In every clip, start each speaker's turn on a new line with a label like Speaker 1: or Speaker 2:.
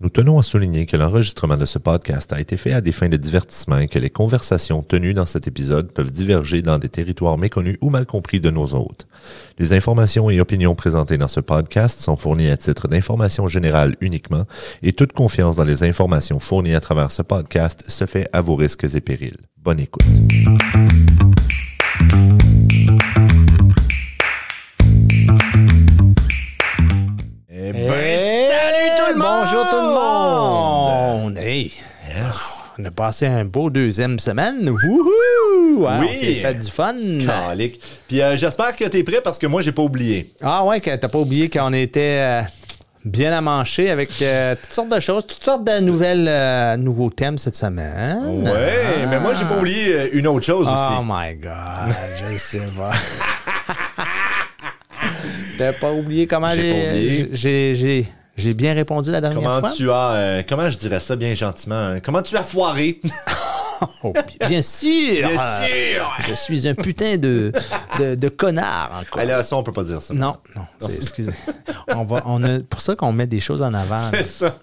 Speaker 1: Nous tenons à souligner que l'enregistrement de ce podcast a été fait à des fins de divertissement et que les conversations tenues dans cet épisode peuvent diverger dans des territoires méconnus ou mal compris de nos hôtes. Les informations et opinions présentées dans ce podcast sont fournies à titre d'information générale uniquement et toute confiance dans les informations fournies à travers ce podcast se fait à vos risques et périls. Bonne écoute. Eh ben,
Speaker 2: Hey,
Speaker 1: salut tout le monde!
Speaker 2: Bonjour tout le monde! Hey,
Speaker 1: Yes.
Speaker 2: on a passé un beau deuxième semaine. Wouhou! Ah,
Speaker 1: Oui.
Speaker 2: On s'est fait du fun.
Speaker 1: Calique. Puis euh, j'espère que t'es prêt parce que moi, j'ai pas oublié.
Speaker 2: Ah ouais, que t'as pas oublié qu'on était euh, bien à manger avec euh, toutes sortes de choses, toutes sortes de nouvelles, euh, nouveaux thèmes cette semaine.
Speaker 1: Ouais, mais moi, j'ai pas oublié euh, une autre chose
Speaker 2: Oh
Speaker 1: Oh, aussi.
Speaker 2: my God, je sais pas. T'as pas oublié comment
Speaker 1: J'ai pas oublié.
Speaker 2: j'ai- j'ai j'ai- j'ai bien répondu la dernière
Speaker 1: Comment
Speaker 2: fois?
Speaker 1: tu as. euh, comment je dirais ça bien gentiment? hein? Comment tu as foiré?
Speaker 2: Oh, bi- bien sûr!
Speaker 1: Bien
Speaker 2: Euh,
Speaker 1: sûr!
Speaker 2: Je suis un putain de, de, de connard encore.
Speaker 1: Allez, ça, on peut pas dire ça.
Speaker 2: Non, non, c'est- excusez. On va, on a, pour ça qu'on met des choses en avant. là.
Speaker 1: C'est ça.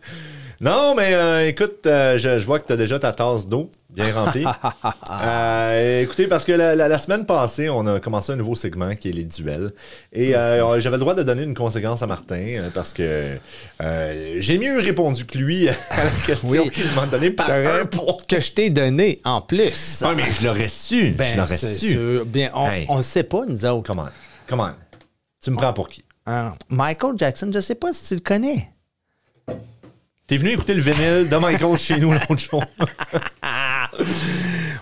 Speaker 1: Non, mais euh, écoute, euh, je, je vois que tu as déjà ta tasse d'eau bien remplie. Euh, écoutez, parce que la, la- la semaine passée, on a commencé un nouveau segment qui est les duels. Et euh, j'avais le droit de donner une conséquence à Martin euh, parce que euh, j'ai mieux répondu que lui à la question
Speaker 2: Oui.
Speaker 1: qu'il m'a donnée par un point.
Speaker 2: Que je t'ai donné en plus.
Speaker 1: Ouais, mais je l'aurais su. je l'aurais
Speaker 2: Ben, c'est
Speaker 1: su.
Speaker 2: sûr. Bien, on
Speaker 1: Hey.
Speaker 2: on le sait pas, nous autres.
Speaker 1: Ben, Come on. Come on. Tu me prends pour qui?
Speaker 2: Hein, Michael Jackson, je sais pas si tu le connais.
Speaker 1: T'es venu écouter le vinyle de Michael chez nous l'autre jour.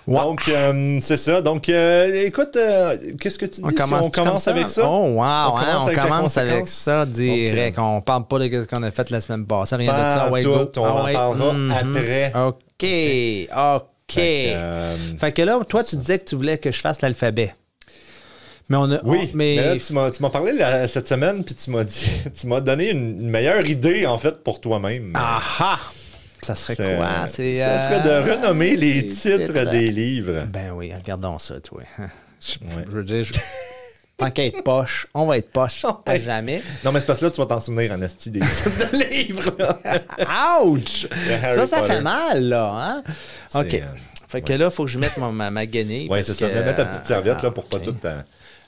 Speaker 1: Donc, euh, c'est ça. Donc, euh, écoute, euh, qu'est-ce que tu dis? si on
Speaker 2: comme
Speaker 1: commence avec ça.
Speaker 2: Oh, wow. hein, On commence,
Speaker 1: avec
Speaker 2: avec,
Speaker 1: la conséquence?
Speaker 2: ça direct. On parle pas de ce qu'on a fait la semaine passée. Rien de ça. Ah
Speaker 1: Pas
Speaker 2: Ouais,
Speaker 1: tout,
Speaker 2: go.
Speaker 1: on en parlera après.
Speaker 2: OK. OK.
Speaker 1: Fait que, euh,
Speaker 2: Fait que là, toi, tu disais que tu voulais que je fasse l'alphabet. Mais on a.
Speaker 1: Oui,
Speaker 2: on-
Speaker 1: mais,
Speaker 2: mais.
Speaker 1: là, tu m'as tu m'as parlé la- cette semaine, puis tu m'as dit, tu m'as donné une, une meilleure idée, en fait, pour toi-même.
Speaker 2: Ah ah! Ça serait
Speaker 1: C'est-
Speaker 2: quoi?
Speaker 1: Ça
Speaker 2: C'est,
Speaker 1: serait
Speaker 2: euh,
Speaker 1: de renommer les
Speaker 2: les
Speaker 1: titres,
Speaker 2: titres.
Speaker 1: des livres.
Speaker 2: Ben oui, regardons ça, toi. Je, je veux dire, je... tant qu'à être poche, on va être poche à
Speaker 1: Ouais.
Speaker 2: jamais.
Speaker 1: Non, mais c'est parce que là, tu vas t'en souvenir en esti des titres de livres. là.
Speaker 2: Ouch!
Speaker 1: Harry
Speaker 2: Ça, ça
Speaker 1: Potter.
Speaker 2: fait mal, là. Hein?
Speaker 1: C'est,
Speaker 2: OK.
Speaker 1: euh,
Speaker 2: Fait que là, il faut que je mette mon- ma, ma guenille.
Speaker 1: Ouais,
Speaker 2: parce
Speaker 1: c'est ça.
Speaker 2: que-
Speaker 1: Mets ta petite serviette là, pour
Speaker 2: Ah,
Speaker 1: pas
Speaker 2: ok.
Speaker 1: tout. euh,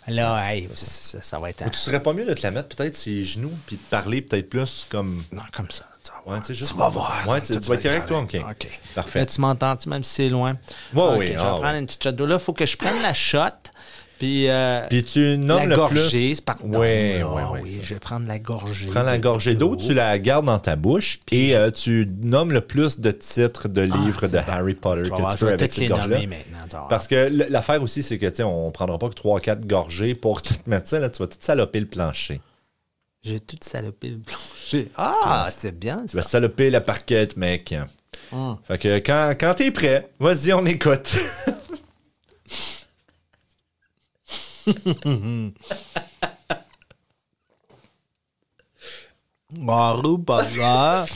Speaker 2: Là, hey, ça, ça- ça va être un...
Speaker 1: Tu serais pas mieux de te la mettre peut-être ses genoux puis de parler peut-être plus comme.
Speaker 2: Non, comme ça. Tu vas voir.
Speaker 1: Ouais, tu sais, juste-
Speaker 2: Tu vas voir.
Speaker 1: Ouais,
Speaker 2: là,
Speaker 1: tu-
Speaker 2: tout
Speaker 1: tu vas être
Speaker 2: va
Speaker 1: correct, toi, OK. Parfait.
Speaker 2: Là, tu m'entends-tu, même si c'est loin?
Speaker 1: Ouais,
Speaker 2: Ok,
Speaker 1: oui,
Speaker 2: Je vais
Speaker 1: ah,
Speaker 2: prendre
Speaker 1: oui.
Speaker 2: une petite shot d'eau. Là, il faut que je prenne la shot, puis... euh,
Speaker 1: Puis tu nommes
Speaker 2: la
Speaker 1: le plus.
Speaker 2: gorgée, c'est pardon.
Speaker 1: Ouais,
Speaker 2: là,
Speaker 1: ouais, ouais,
Speaker 2: oui,
Speaker 1: ça.
Speaker 2: je vais prendre la gorgée.
Speaker 1: Prends la gorgée d'eau, tu la gardes dans ta bouche et euh, tu nommes le plus de titres de livres de Harry Potter
Speaker 2: Ah, Je vais
Speaker 1: que
Speaker 2: voir,
Speaker 1: tu
Speaker 2: je
Speaker 1: peux
Speaker 2: vais
Speaker 1: avec
Speaker 2: toutes
Speaker 1: cette
Speaker 2: les
Speaker 1: gorgée-là.
Speaker 2: nommer maintenant, tu vas voir.
Speaker 1: Parce que l- l'affaire aussi, c'est que tu sais, on prendra pas que 3-4 gorgées pour tout mettre ça, là, tu vas tout saloper le plancher.
Speaker 2: J'ai toute salopée le plancher. Ah, c'est bien,
Speaker 1: Tu vas
Speaker 2: ça.
Speaker 1: saloper la parquette, mec.
Speaker 2: Hum.
Speaker 1: Fait que quand, quand t'es prêt, vas-y, on écoute.
Speaker 2: Garou, bazar.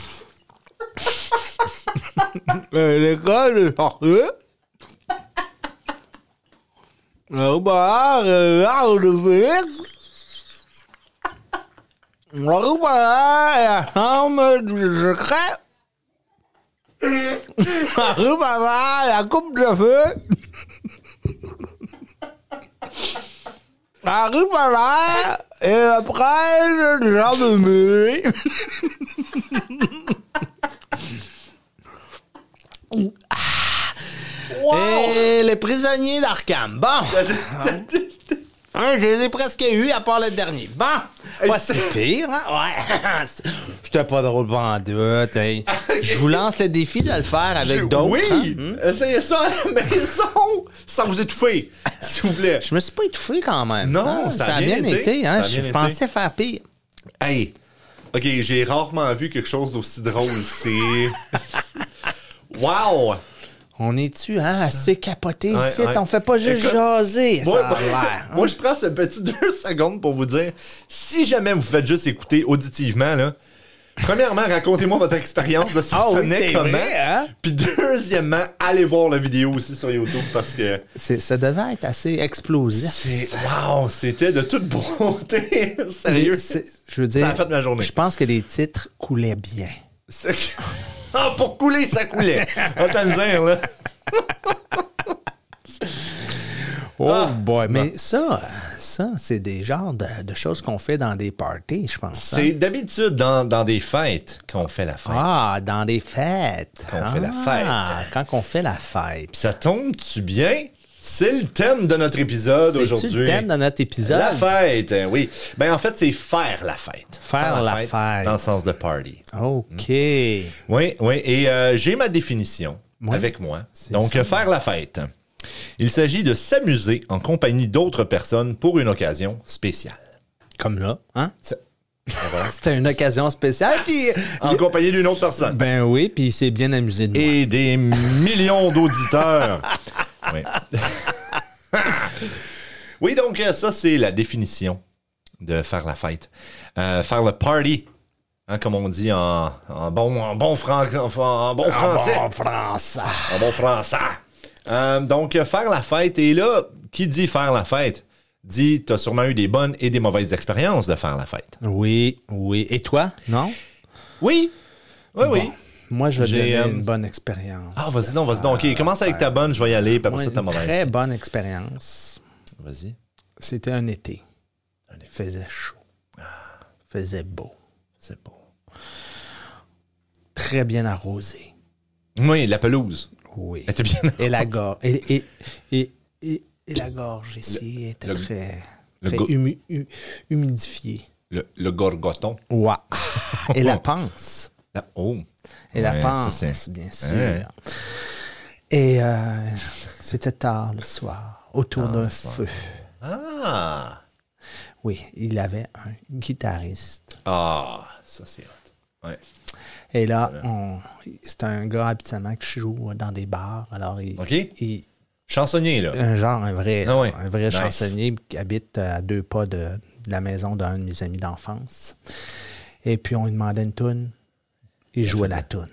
Speaker 2: Euh, L'école, le sorcier. Garou, bazar, euh, l'arbre de Félix. Garou, bazar, la chambre du secret. Garou, bazar, la coupe de feu. Garou, bazar, et la presse du gendarmerie. Et Eh, les prisonniers d'Arkham. Bon. Hein, je les ai presque eu à part le dernier. Bon. Pas si pire, hein? Ouais. C'était pas drôle bandoute. Hey. Je vous lance le défi de le faire avec d'autres.
Speaker 1: Oui!
Speaker 2: hein.
Speaker 1: Essayez ça à la maison! Sans vous étouffer, s'il vous plaît.
Speaker 2: Je me suis pas étouffé quand même.
Speaker 1: Non,
Speaker 2: Hein,
Speaker 1: ça a
Speaker 2: a
Speaker 1: bien
Speaker 2: bien,
Speaker 1: été.
Speaker 2: été. hein.
Speaker 1: Ça a
Speaker 2: je
Speaker 1: bien été.
Speaker 2: pensais faire pire.
Speaker 1: Hey! Ok, j'ai rarement vu quelque chose d'aussi drôle. C'est. Wow!
Speaker 2: On est-tu hein, assez capoté
Speaker 1: Ouais,
Speaker 2: ici?
Speaker 1: ouais.
Speaker 2: On fait pas juste
Speaker 1: Écoute,
Speaker 2: jaser.
Speaker 1: Moi,
Speaker 2: ça a l'air. hein?
Speaker 1: moi, je prends ce petit deux secondes pour vous dire si jamais vous faites juste écouter auditivement, là, premièrement, racontez-moi votre expérience de ce
Speaker 2: Ah oui,
Speaker 1: sonnet
Speaker 2: c'est
Speaker 1: comment.
Speaker 2: vrai, hein?
Speaker 1: Puis deuxièmement, allez voir la vidéo aussi sur YouTube parce que.
Speaker 2: C'est- Ça devait être assez explosif.
Speaker 1: c'est- Wow! C'était de toute beauté! Sérieux!
Speaker 2: C'est- Je veux
Speaker 1: Ça
Speaker 2: dire,
Speaker 1: a fait ma journée.
Speaker 2: je pense que les titres coulaient bien.
Speaker 1: C'est- Ah, pour couler, ça coulait. Autant le dire, là.
Speaker 2: Oh
Speaker 1: Ah.
Speaker 2: boy, mais ça, ça c'est des genres de, de choses qu'on fait dans des parties, je pense. hein.
Speaker 1: C'est d'habitude dans, dans des fêtes qu'on fait la fête.
Speaker 2: Ah, dans des fêtes.
Speaker 1: Quand on fait la
Speaker 2: Ah,
Speaker 1: fête.
Speaker 2: Quand on fait la fête.
Speaker 1: Puis ça tombe-tu bien? C'est le thème de notre épisode
Speaker 2: C'est-tu
Speaker 1: aujourd'hui.
Speaker 2: le thème de notre épisode.
Speaker 1: La fête, euh, oui. Ben en fait, c'est faire la fête.
Speaker 2: Faire la fête.
Speaker 1: Dans le sens de party.
Speaker 2: OK.
Speaker 1: Mm. Oui, oui. Et euh, j'ai ma définition
Speaker 2: Oui.
Speaker 1: avec moi.
Speaker 2: C'est
Speaker 1: Donc,
Speaker 2: ça.
Speaker 1: euh, faire la fête. Il s'agit de s'amuser en compagnie d'autres personnes pour une occasion spéciale.
Speaker 2: Comme là, hein?
Speaker 1: Ça-
Speaker 2: C'était une occasion spéciale, puis...
Speaker 1: En compagnie d'une autre personne.
Speaker 2: Ben oui, puis il s'est bien amusé de moi.
Speaker 1: Et des millions d'auditeurs. oui. oui, donc euh, ça, c'est la définition de faire la fête. Euh, faire le party, hein, comme on dit en, en bon, en bon, fran- en Ah, bon français.
Speaker 2: En France.
Speaker 1: En bon français. Euh, donc, euh, faire la fête. Et là, qui dit faire la fête? Dit, t'as sûrement eu des bonnes et des mauvaises expériences de faire la fête.
Speaker 2: Oui, oui. Et toi, non?
Speaker 1: Oui. Oui, oui.
Speaker 2: Moi, je vais te
Speaker 1: J'ai,
Speaker 2: donner
Speaker 1: euh,
Speaker 2: une bonne expérience.
Speaker 1: Ah, vas-y donc, vas-y donc. OK, commence avec ta bonne, je vais y aller, puis après
Speaker 2: Moi,
Speaker 1: ça, ta
Speaker 2: une
Speaker 1: mauvaise.
Speaker 2: très bonne expérience.
Speaker 1: Vas-y.
Speaker 2: C'était un été.
Speaker 1: Un été. Ah.
Speaker 2: Faisait chaud. Faisait beau.
Speaker 1: C'est beau.
Speaker 2: Très bien arrosé.
Speaker 1: Oui, la pelouse.
Speaker 2: Oui.
Speaker 1: Elle était bien.
Speaker 2: Et la gorge. Et, et, et, et, et la gorge ici était
Speaker 1: le-
Speaker 2: très,
Speaker 1: le
Speaker 2: très
Speaker 1: go-
Speaker 2: humi- hu- humidifiée.
Speaker 1: Le, le gorgoton.
Speaker 2: Ouais. Et la panse.
Speaker 1: La- Oh.
Speaker 2: Et la
Speaker 1: Ouais, ça,
Speaker 2: panse,
Speaker 1: c'est-
Speaker 2: bien sûr.
Speaker 1: Ouais.
Speaker 2: Et euh, c'était tard le soir, autour d'un feu.
Speaker 1: Ah.
Speaker 2: Oui, il avait un guitariste.
Speaker 1: Ah, ça, c'est hot. Ouais.
Speaker 2: Et là, on- c'est un gars habituellement qui joue dans des bars. Alors, il,
Speaker 1: OK.
Speaker 2: il-
Speaker 1: Chansonnier, là.
Speaker 2: un genre, un vrai,
Speaker 1: Ah ouais.
Speaker 2: un vrai
Speaker 1: Nice.
Speaker 2: chansonnier qui habite à deux pas de, de la maison d'un de mes amis d'enfance. Et puis, on lui demandait une toune. Il jouait la toune.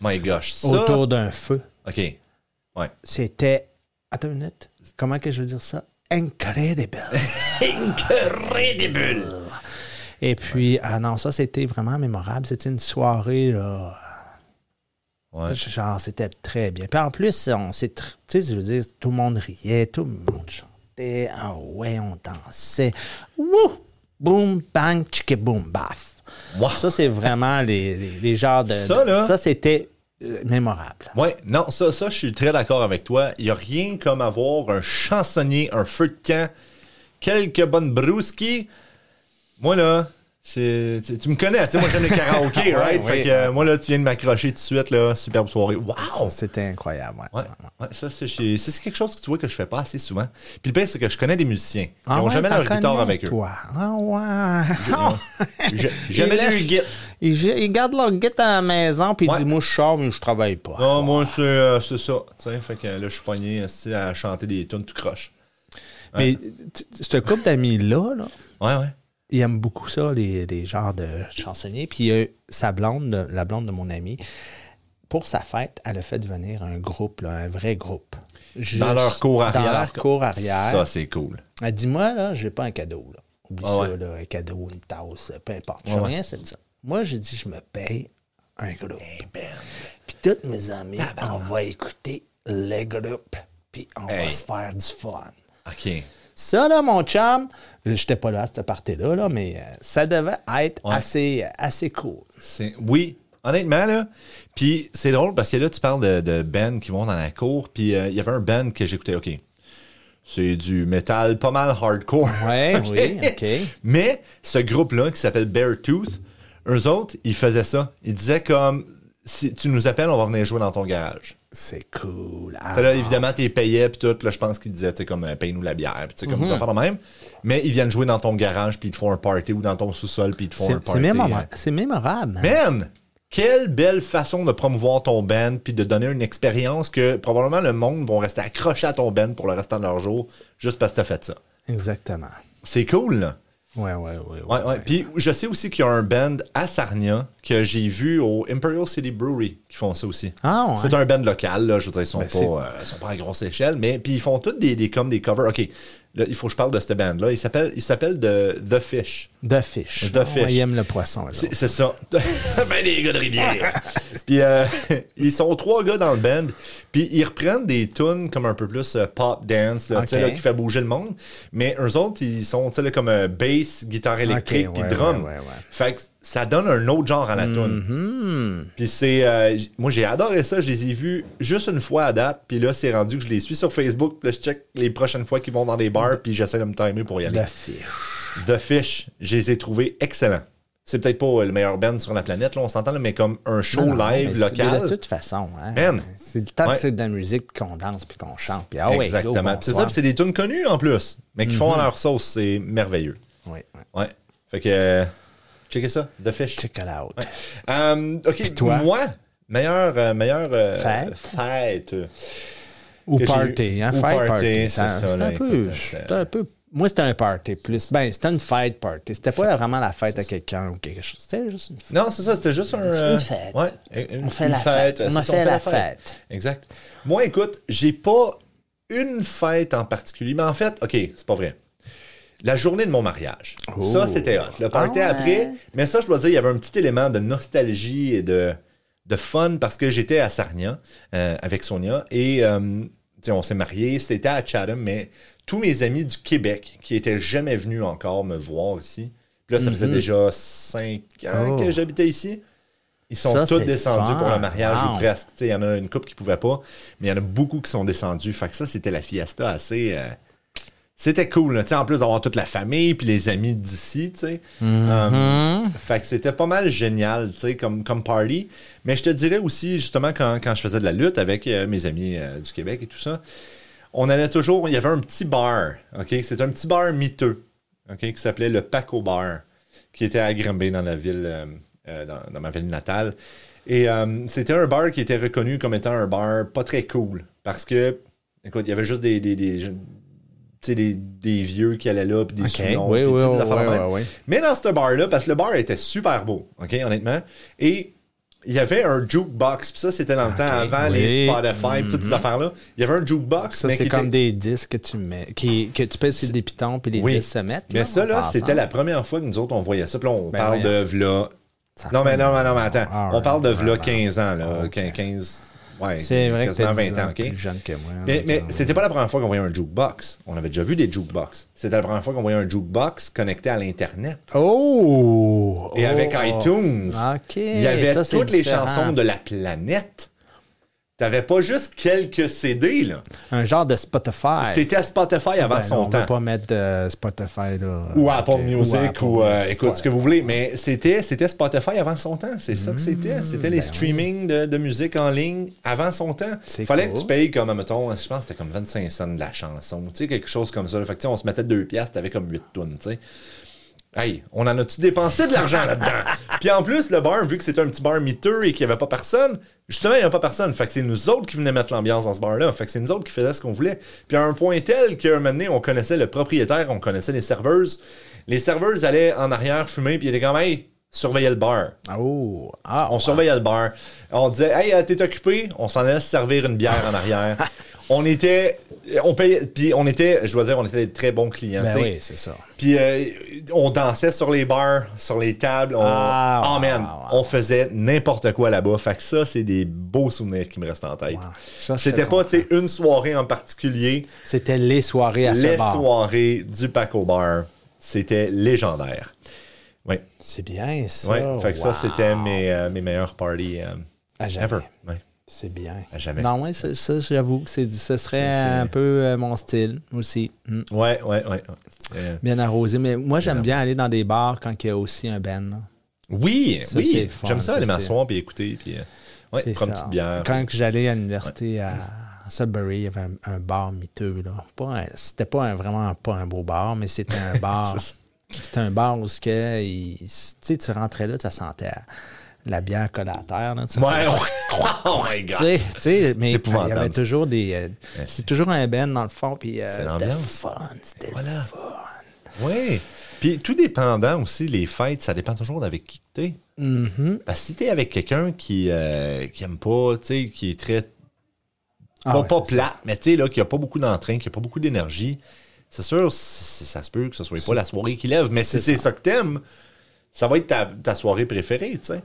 Speaker 1: My gosh. Ça.
Speaker 2: Autour d'un feu.
Speaker 1: OK. Ouais.
Speaker 2: C'était. Attends une minute. Comment que je veux dire ça? Incredible.
Speaker 1: Incredible.
Speaker 2: Et puis, ah non, ça, c'était vraiment mémorable. C'était une soirée, là.
Speaker 1: Ouais.
Speaker 2: Genre, c'était très bien. Puis en plus, on s'est. tr- Tu sais, je veux dire, tout le monde riait, tout le monde chantait. Ah ouais, on dansait. Wouh! Boum, bang, tchiké, boum, baf.
Speaker 1: Wow.
Speaker 2: Ça, c'est vraiment les, les, les genres de.
Speaker 1: Ça, là.
Speaker 2: Ça, c'était euh, mémorable.
Speaker 1: Ouais, non, ça, ça, je suis très d'accord avec toi. Il n'y a rien comme avoir un chansonnier, un feu de camp, quelques bonnes brewskis. Moi, là, c'est- tu, tu me connais, tu sais, moi, j'aime les karaokés,
Speaker 2: Ouais,
Speaker 1: right?
Speaker 2: oui.
Speaker 1: Fait que euh, moi, là, tu viens de m'accrocher tout de suite, là. Superbe soirée. Wow!
Speaker 2: Ça, C'était incroyable. ouais.
Speaker 1: Ouais, ouais, ça, c'est c'est- c'est quelque chose que tu vois que je fais pas assez souvent. Puis le pire, c'est que je connais des musiciens. Ils
Speaker 2: Ah
Speaker 1: n'ont
Speaker 2: ouais,
Speaker 1: jamais
Speaker 2: t'en
Speaker 1: leur guitare
Speaker 2: connais,
Speaker 1: avec eux.
Speaker 2: toi. Ah ouais. Ah
Speaker 1: Je- Jamais
Speaker 2: Ils
Speaker 1: leur
Speaker 2: lèchent-
Speaker 1: guitare.
Speaker 2: Ils, ge- ils gardent leur guette à la maison, puis ils
Speaker 1: Ouais.
Speaker 2: disent Moi, je sors, mais je travaille pas.
Speaker 1: Non, moi, c'est euh, c'est ça. Tu sais, fait que là, je suis pogné assis à chanter des tunes tout croche.
Speaker 2: Mais t- t- ce couple d'amis-là, là,
Speaker 1: Ouais, ouais.
Speaker 2: ils aiment beaucoup ça, les, les genres de chansonniers. Puis euh, sa blonde, la blonde de mon ami, pour sa fête, elle a fait devenir un groupe, là, un vrai groupe. Juste
Speaker 1: Dans leur cour arrière.
Speaker 2: Dans leur cour arrière.
Speaker 1: Ça, c'est cool.
Speaker 2: Elle dit Moi, là, j'ai pas un cadeau. Là. Oublie
Speaker 1: Ah
Speaker 2: ça,
Speaker 1: ouais.
Speaker 2: là, un cadeau, une tasse, peu importe. Je rien, c'est ça. Moi, j'ai dit Je me paye un groupe.
Speaker 1: Eh ben.
Speaker 2: Puis tous mes amis, on va écouter le groupe. Puis on va
Speaker 1: Hey.
Speaker 2: se faire du fun.
Speaker 1: OK.
Speaker 2: Ça, là, mon chum, j'étais pas là à cette partie-là, là, mais euh, ça devait être
Speaker 1: Ouais.
Speaker 2: assez, euh, assez cool.
Speaker 1: C'est- Oui, honnêtement, là. Puis c'est drôle parce que là, tu parles de, de bands qui vont dans la cour. Puis euh, il y avait un band que j'écoutais, OK. C'est du métal pas mal hardcore.
Speaker 2: Ouais,
Speaker 1: OK.
Speaker 2: oui, OK.
Speaker 1: Mais ce groupe-là qui s'appelle Bear Tooth, eux autres, ils faisaient ça. Ils disaient comme si tu nous appelles, on va venir jouer dans ton garage.
Speaker 2: C'est cool. Ah,
Speaker 1: Tu sais, là, évidemment, t'es payé puis tout. puis là, je pense qu'ils disaient, tu sais, comme, euh, paye-nous la bière, puis tu sais, comme des
Speaker 2: Mhm.
Speaker 1: affaires de même. Mais ils viennent jouer dans ton garage, puis ils te font un party ou dans ton sous-sol, puis ils te font
Speaker 2: c'est
Speaker 1: un
Speaker 2: c'est
Speaker 1: party. hein.
Speaker 2: mémorable. C'est mémorable. hein.
Speaker 1: Man, quelle belle façon de promouvoir ton band puis de donner une expérience que probablement le monde vont rester accrochés à ton band pour le restant de leur jour juste parce que t'as fait ça.
Speaker 2: Exactement.
Speaker 1: C'est cool, là.
Speaker 2: Ouais, ouais, ouais.
Speaker 1: Ouais, ouais. Puis je sais aussi qu'il y a un band à Sarnia que j'ai vu au Imperial City Brewery qui font ça aussi.
Speaker 2: Ah, ouais.
Speaker 1: C'est un band local, là. Je veux dire, ils sont,
Speaker 2: Ben,
Speaker 1: pas,
Speaker 2: c'est-
Speaker 1: euh, ils sont pas à grosse échelle, mais puis ils font tous des, des, comme des covers. OK, Là, il faut que je parle de cette band-là. Il s'appelle, il s'appelle The, The Fish.
Speaker 2: De fish.
Speaker 1: De fish.
Speaker 2: On y aime le poisson. alors.
Speaker 1: C'est c'est ça. ben des gars de rivière. puis euh, ils sont trois gars dans le band. Puis ils reprennent des tunes comme un peu plus euh, pop dance, là, tu sais,
Speaker 2: Ok.
Speaker 1: là, qui fait bouger le monde. Mais eux autres, ils sont tu sais, là, comme euh, bass, guitare électrique,
Speaker 2: Ok,
Speaker 1: puis
Speaker 2: ouais,
Speaker 1: drum.
Speaker 2: ouais, ouais, ouais.
Speaker 1: Fait que ça donne un autre genre à la tune.
Speaker 2: Mm-hmm.
Speaker 1: Puis c'est. euh, j- moi, j'ai adoré ça. Je les ai vus juste une fois à date. Puis là, c'est rendu que je les suis sur Facebook. Puis là, je check les prochaines fois qu'ils vont dans des bars. Puis j'essaie de me timer pour y aller.
Speaker 2: De fish.
Speaker 1: The Fish, je les ai trouvés excellents. C'est peut-être pas euh, le meilleur band sur la planète, là, on s'entend, là, mais comme un show
Speaker 2: Non, non,
Speaker 1: live
Speaker 2: mais c'est De
Speaker 1: local.
Speaker 2: toute façon. Hein?
Speaker 1: Man.
Speaker 2: C'est le temps
Speaker 1: Ouais.
Speaker 2: de c'est de la musique, puis qu'on danse, puis qu'on chante. Puis, ah ouais, go,
Speaker 1: Exactement. C'est ça,
Speaker 2: bonsoir. Mhm.
Speaker 1: puis c'est des tunes connues en plus, mais qui font à leur sauce, c'est merveilleux.
Speaker 2: Ouais, ouais.
Speaker 1: Ouais. Fait que, euh, checkez ça, The Fish.
Speaker 2: Check it out.
Speaker 1: Ouais. Euh, ok,
Speaker 2: toi?
Speaker 1: moi, meilleur, euh, meilleur euh,
Speaker 2: Fête?
Speaker 1: fête.
Speaker 2: Ou
Speaker 1: que j'ai
Speaker 2: party,
Speaker 1: eu.
Speaker 2: hein,
Speaker 1: Ou
Speaker 2: fête
Speaker 1: party,
Speaker 2: party.
Speaker 1: c'est
Speaker 2: ça,
Speaker 1: ça,
Speaker 2: c'est
Speaker 1: là,
Speaker 2: un peu,
Speaker 1: écoute, ça-
Speaker 2: c'était un peu. Moi, c'était un party plus. Ben, c'était une fête party. C'était pas vraiment la fête à quelqu'un ou quelque chose. C'était juste une fête.
Speaker 1: Non, c'est ça, c'était juste un. euh,
Speaker 2: fête.
Speaker 1: ouais, une-
Speaker 2: On fait
Speaker 1: une
Speaker 2: la fête.
Speaker 1: euh,
Speaker 2: On
Speaker 1: c'est
Speaker 2: a
Speaker 1: ça,
Speaker 2: fait la fête.
Speaker 1: Exact. Moi, écoute, j'ai pas une fête en particulier, mais en fait, OK, c'est pas vrai. La journée de mon mariage.
Speaker 2: Oh.
Speaker 1: Ça, c'était hot. Le party
Speaker 3: Ah ouais.
Speaker 1: après. Mais ça, je dois dire, il y avait un petit élément de nostalgie et de, de fun parce que j'étais à Sarnia euh, avec Sonia et euh, tu sais, on s'est mariés. C'était à Chatham, mais tous mes amis du Québec qui étaient jamais venus encore me voir ici. Puis là, ça
Speaker 2: Mm-hmm.
Speaker 1: faisait déjà cinq ans
Speaker 2: Oh.
Speaker 1: euh, que j'habitais ici. Ils sont
Speaker 2: Ça,
Speaker 1: tous
Speaker 2: c'est
Speaker 1: descendus
Speaker 2: fun.
Speaker 1: pour le mariage ou
Speaker 2: Wow.
Speaker 1: presque. Tu sais, Il y en a une couple qui ne pouvait pas, mais il y en a beaucoup qui sont descendus. Fait que ça, c'était la fiesta assez. euh, c'était cool. là. Tu sais, En plus d'avoir toute la famille puis les amis d'ici. tu sais. Euh, fait que c'était pas mal génial tu sais, comme, comme party. Mais je te dirais aussi, justement, quand, quand je faisais de la lutte avec euh, mes amis euh, du Québec et tout ça, on allait toujours. Il y avait un petit bar. ok C'était un petit bar miteux ok, qui s'appelait le Paco Bar, qui était à Grimby dans la ville, euh, euh, dans, dans ma ville natale. Et euh, c'était un bar qui était reconnu comme étant un bar pas très cool. Parce que, écoute, il y avait juste des, des, des, tu sais, des, des vieux qui allaient là, puis des
Speaker 2: Ok,
Speaker 1: sous-noms,
Speaker 2: oui,
Speaker 1: puis tu sais,
Speaker 2: oui,
Speaker 1: des affaires
Speaker 2: oui,
Speaker 1: de même.
Speaker 2: oui, oui.
Speaker 1: Mais dans ce bar-là, parce que le bar était super beau, OK, honnêtement, et il y avait un jukebox, puis ça, c'était dans le temps avant les
Speaker 2: oui. Mm-hmm.
Speaker 1: Spotify, puis toutes ces affaires-là. Il y avait un jukebox,
Speaker 2: Ça,
Speaker 1: mais
Speaker 2: c'est
Speaker 1: qui
Speaker 2: comme
Speaker 1: était-
Speaker 2: des disques que tu mets, qui, que tu pèses sur des pitons, puis les
Speaker 1: oui.
Speaker 2: disques se mettent.
Speaker 1: Mais ça,
Speaker 2: en
Speaker 1: là,
Speaker 2: passant.
Speaker 1: c'était la première fois que nous autres, on voyait ça. Puis là, on
Speaker 2: Ben
Speaker 1: parle de
Speaker 2: voyons.
Speaker 1: v'là.
Speaker 2: Ça
Speaker 1: Non, mais non, non, non, mais
Speaker 2: fait-
Speaker 1: attends.
Speaker 2: Ah,
Speaker 1: on parle de
Speaker 2: ouais,
Speaker 1: v'là
Speaker 2: ouais,
Speaker 1: 15 ans, là.
Speaker 2: ouais.
Speaker 1: 15, ouais.
Speaker 2: C'est vrai que
Speaker 1: quasiment
Speaker 2: t'es 10
Speaker 1: 20 ans,
Speaker 2: ans
Speaker 1: OK?
Speaker 2: plus jeune que moi,
Speaker 1: Mais,
Speaker 2: là,
Speaker 1: mais
Speaker 2: quand-
Speaker 1: c'était pas la première fois qu'on voyait un jukebox. On avait déjà vu des jukebox. C'était la première fois qu'on voyait un jukebox connecté à l'Internet.
Speaker 2: Oh!
Speaker 1: Et
Speaker 2: Oh!
Speaker 1: avec iTunes,
Speaker 2: OK.
Speaker 1: il y avait
Speaker 2: Ça, c'est
Speaker 1: toutes les
Speaker 2: différent.
Speaker 1: chansons de la planète. T'avais pas juste quelques CD, là.
Speaker 2: Un genre de Spotify.
Speaker 1: C'était à Spotify avant
Speaker 2: Ben,
Speaker 1: son
Speaker 2: on
Speaker 1: temps.
Speaker 2: peut pas mettre de Spotify, là.
Speaker 1: Ou Apple
Speaker 2: Ok.
Speaker 1: Music, ou,
Speaker 2: Apple
Speaker 1: euh,
Speaker 2: Music.
Speaker 1: écoute ce que vous voulez. Mais c'était, c'était Spotify avant son temps. C'est
Speaker 2: Mmh.
Speaker 1: ça que c'était. C'était les streamings de, de musique en ligne avant son temps.
Speaker 2: Ben C'est
Speaker 1: fallait que
Speaker 2: cool.
Speaker 1: tu payes comme, mettons, je pense que c'était comme 25 cents de la chanson. Tu sais, quelque chose comme ça. Fait que, tu sais, on se mettait deux piastres, t'avais comme 8 tonnes, tu sais. Hey, on en a-tu dépensé de l'argent là-dedans? Puis en plus, le bar, vu que c'était un petit bar miteux et qu'il n'y avait pas personne, justement, il n'y avait pas personne. Fait que c'est nous autres qui venions mettre l'ambiance dans ce bar-là. Fait que c'est nous autres qui faisions ce qu'on voulait. Puis à un point tel qu'à un moment donné, on connaissait le propriétaire, on connaissait les serveuses. Les serveuses allaient en arrière fumer, puis ils étaient comme, hey, surveillez le bar.
Speaker 2: Oh! Ah,
Speaker 1: On surveillait le bar. On disait, hey, euh, t'es occupé? On s'en allait se servir une bière en arrière. On était, on payait, puis on était, je dois dire, on était des très bons clients.
Speaker 2: ben
Speaker 1: tu sais.
Speaker 2: oui, c'est ça.
Speaker 1: Puis euh, on dansait sur les bars, sur les tables. On,
Speaker 2: Ah,
Speaker 1: oh,
Speaker 2: wow,
Speaker 1: man,
Speaker 2: wow.
Speaker 1: on faisait n'importe quoi là-bas. Fait que ça, c'est des beaux souvenirs qui me restent en tête.
Speaker 2: Wow. Ça, je
Speaker 1: C'était
Speaker 2: te
Speaker 1: pas tu sais,
Speaker 2: comprends.
Speaker 1: une soirée en particulier.
Speaker 2: C'était les soirées à
Speaker 1: Les
Speaker 2: ce bar.
Speaker 1: soirées du Paco Bar, c'était légendaire. Oui,
Speaker 2: C'est bien, ça.
Speaker 1: ouais. fait que ça,
Speaker 2: Wow.
Speaker 1: c'était mes, euh, mes meilleurs parties euh,
Speaker 2: À jamais.
Speaker 1: ever. Ouais.
Speaker 2: C'est bien.
Speaker 1: À Ben, jamais.
Speaker 2: Non, oui, ça, ça, j'avoue que c'est, ce serait
Speaker 1: C'est- c'est-
Speaker 2: un peu euh, mon style aussi. Mm.
Speaker 1: Ouais, ouais, ouais. ouais. Euh,
Speaker 2: Bien arrosé. Mais moi, j'aime bien aller dans des bars quand il y a aussi un ben. là.
Speaker 1: oui,
Speaker 2: Ça, c'est
Speaker 1: oui.
Speaker 2: le fun,
Speaker 1: J'aime ça,
Speaker 2: ça,
Speaker 1: aller
Speaker 2: c'est-
Speaker 1: m'asseoir puis écouter. Puis, euh, ouais,
Speaker 2: C'est
Speaker 1: prendre une
Speaker 2: ça.
Speaker 1: petite bière.
Speaker 2: Quand que j'allais à l'université à Sudbury, il y avait un, un bar miteux. Là. Pas un- c'était pas un- vraiment pas un beau bar, mais c'était un bar.
Speaker 1: ça.
Speaker 2: c'était un bar où ce que, il- tu sais, tu rentrais là, tu sentais la bière collée à terre. là, tu
Speaker 1: Ouais, oh my
Speaker 2: Tu
Speaker 1: God.
Speaker 2: sais, tu sais, mais il y
Speaker 1: épouvantable,
Speaker 2: avait
Speaker 1: ça.
Speaker 2: toujours des. euh, c'est toujours un ben dans le fond, puis euh,
Speaker 1: C'est
Speaker 2: c'était
Speaker 1: l'ambiance.
Speaker 2: fun. C'était
Speaker 1: voilà.
Speaker 2: le fun.
Speaker 1: Oui. Puis tout dépendant aussi, les fêtes, ça dépend toujours d'avec qui t'es. Parce que si t'es avec quelqu'un qui, euh, qui aime pas, tu sais, qui est très.
Speaker 2: Ah
Speaker 1: pas
Speaker 2: ouais,
Speaker 1: pas
Speaker 2: c'est
Speaker 1: plate, mais tu sais, là, qui a pas beaucoup d'entrain, qui a pas beaucoup d'énergie, c'est sûr, c- ça se peut que ce soit pas la soirée qui lève, mais si c'est ça que t'aimes, ça va être ta, ta soirée préférée, tu sais.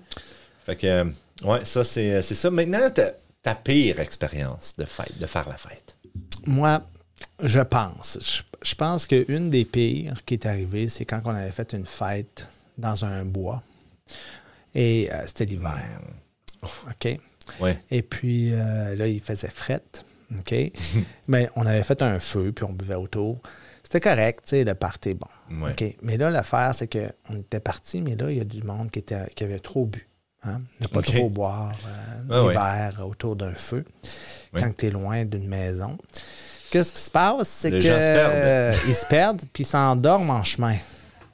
Speaker 1: Fait que, euh, ouais, ça, c'est c'est ça. Maintenant, ta, ta pire expérience de fête, de faire la fête.
Speaker 2: Moi, je pense. Je, je pense qu'une des pires qui est arrivée, c'est quand on avait fait une fête dans un bois. Et euh, c'était l'hiver. OK?
Speaker 1: Ouais.
Speaker 2: Et puis euh, là, il faisait frette. OK? Mais on avait fait un feu, puis on buvait autour. C'était correct, tu sais, le party, bon.
Speaker 1: Ouais.
Speaker 2: OK. Mais là, l'affaire, c'est qu'on était parti, mais là, il y a du monde qui, était, qui avait trop bu. Hein? Ne pas
Speaker 1: OK.
Speaker 2: trop boire euh,
Speaker 1: Ah ouais.
Speaker 2: l'hiver autour d'un feu
Speaker 1: Oui.
Speaker 2: quand tu es loin d'une maison. Qu'est-ce qui se passe? C'est
Speaker 1: Les
Speaker 2: que
Speaker 1: gens se perdent.
Speaker 2: euh, ils se perdent puis ils s'endorment en chemin.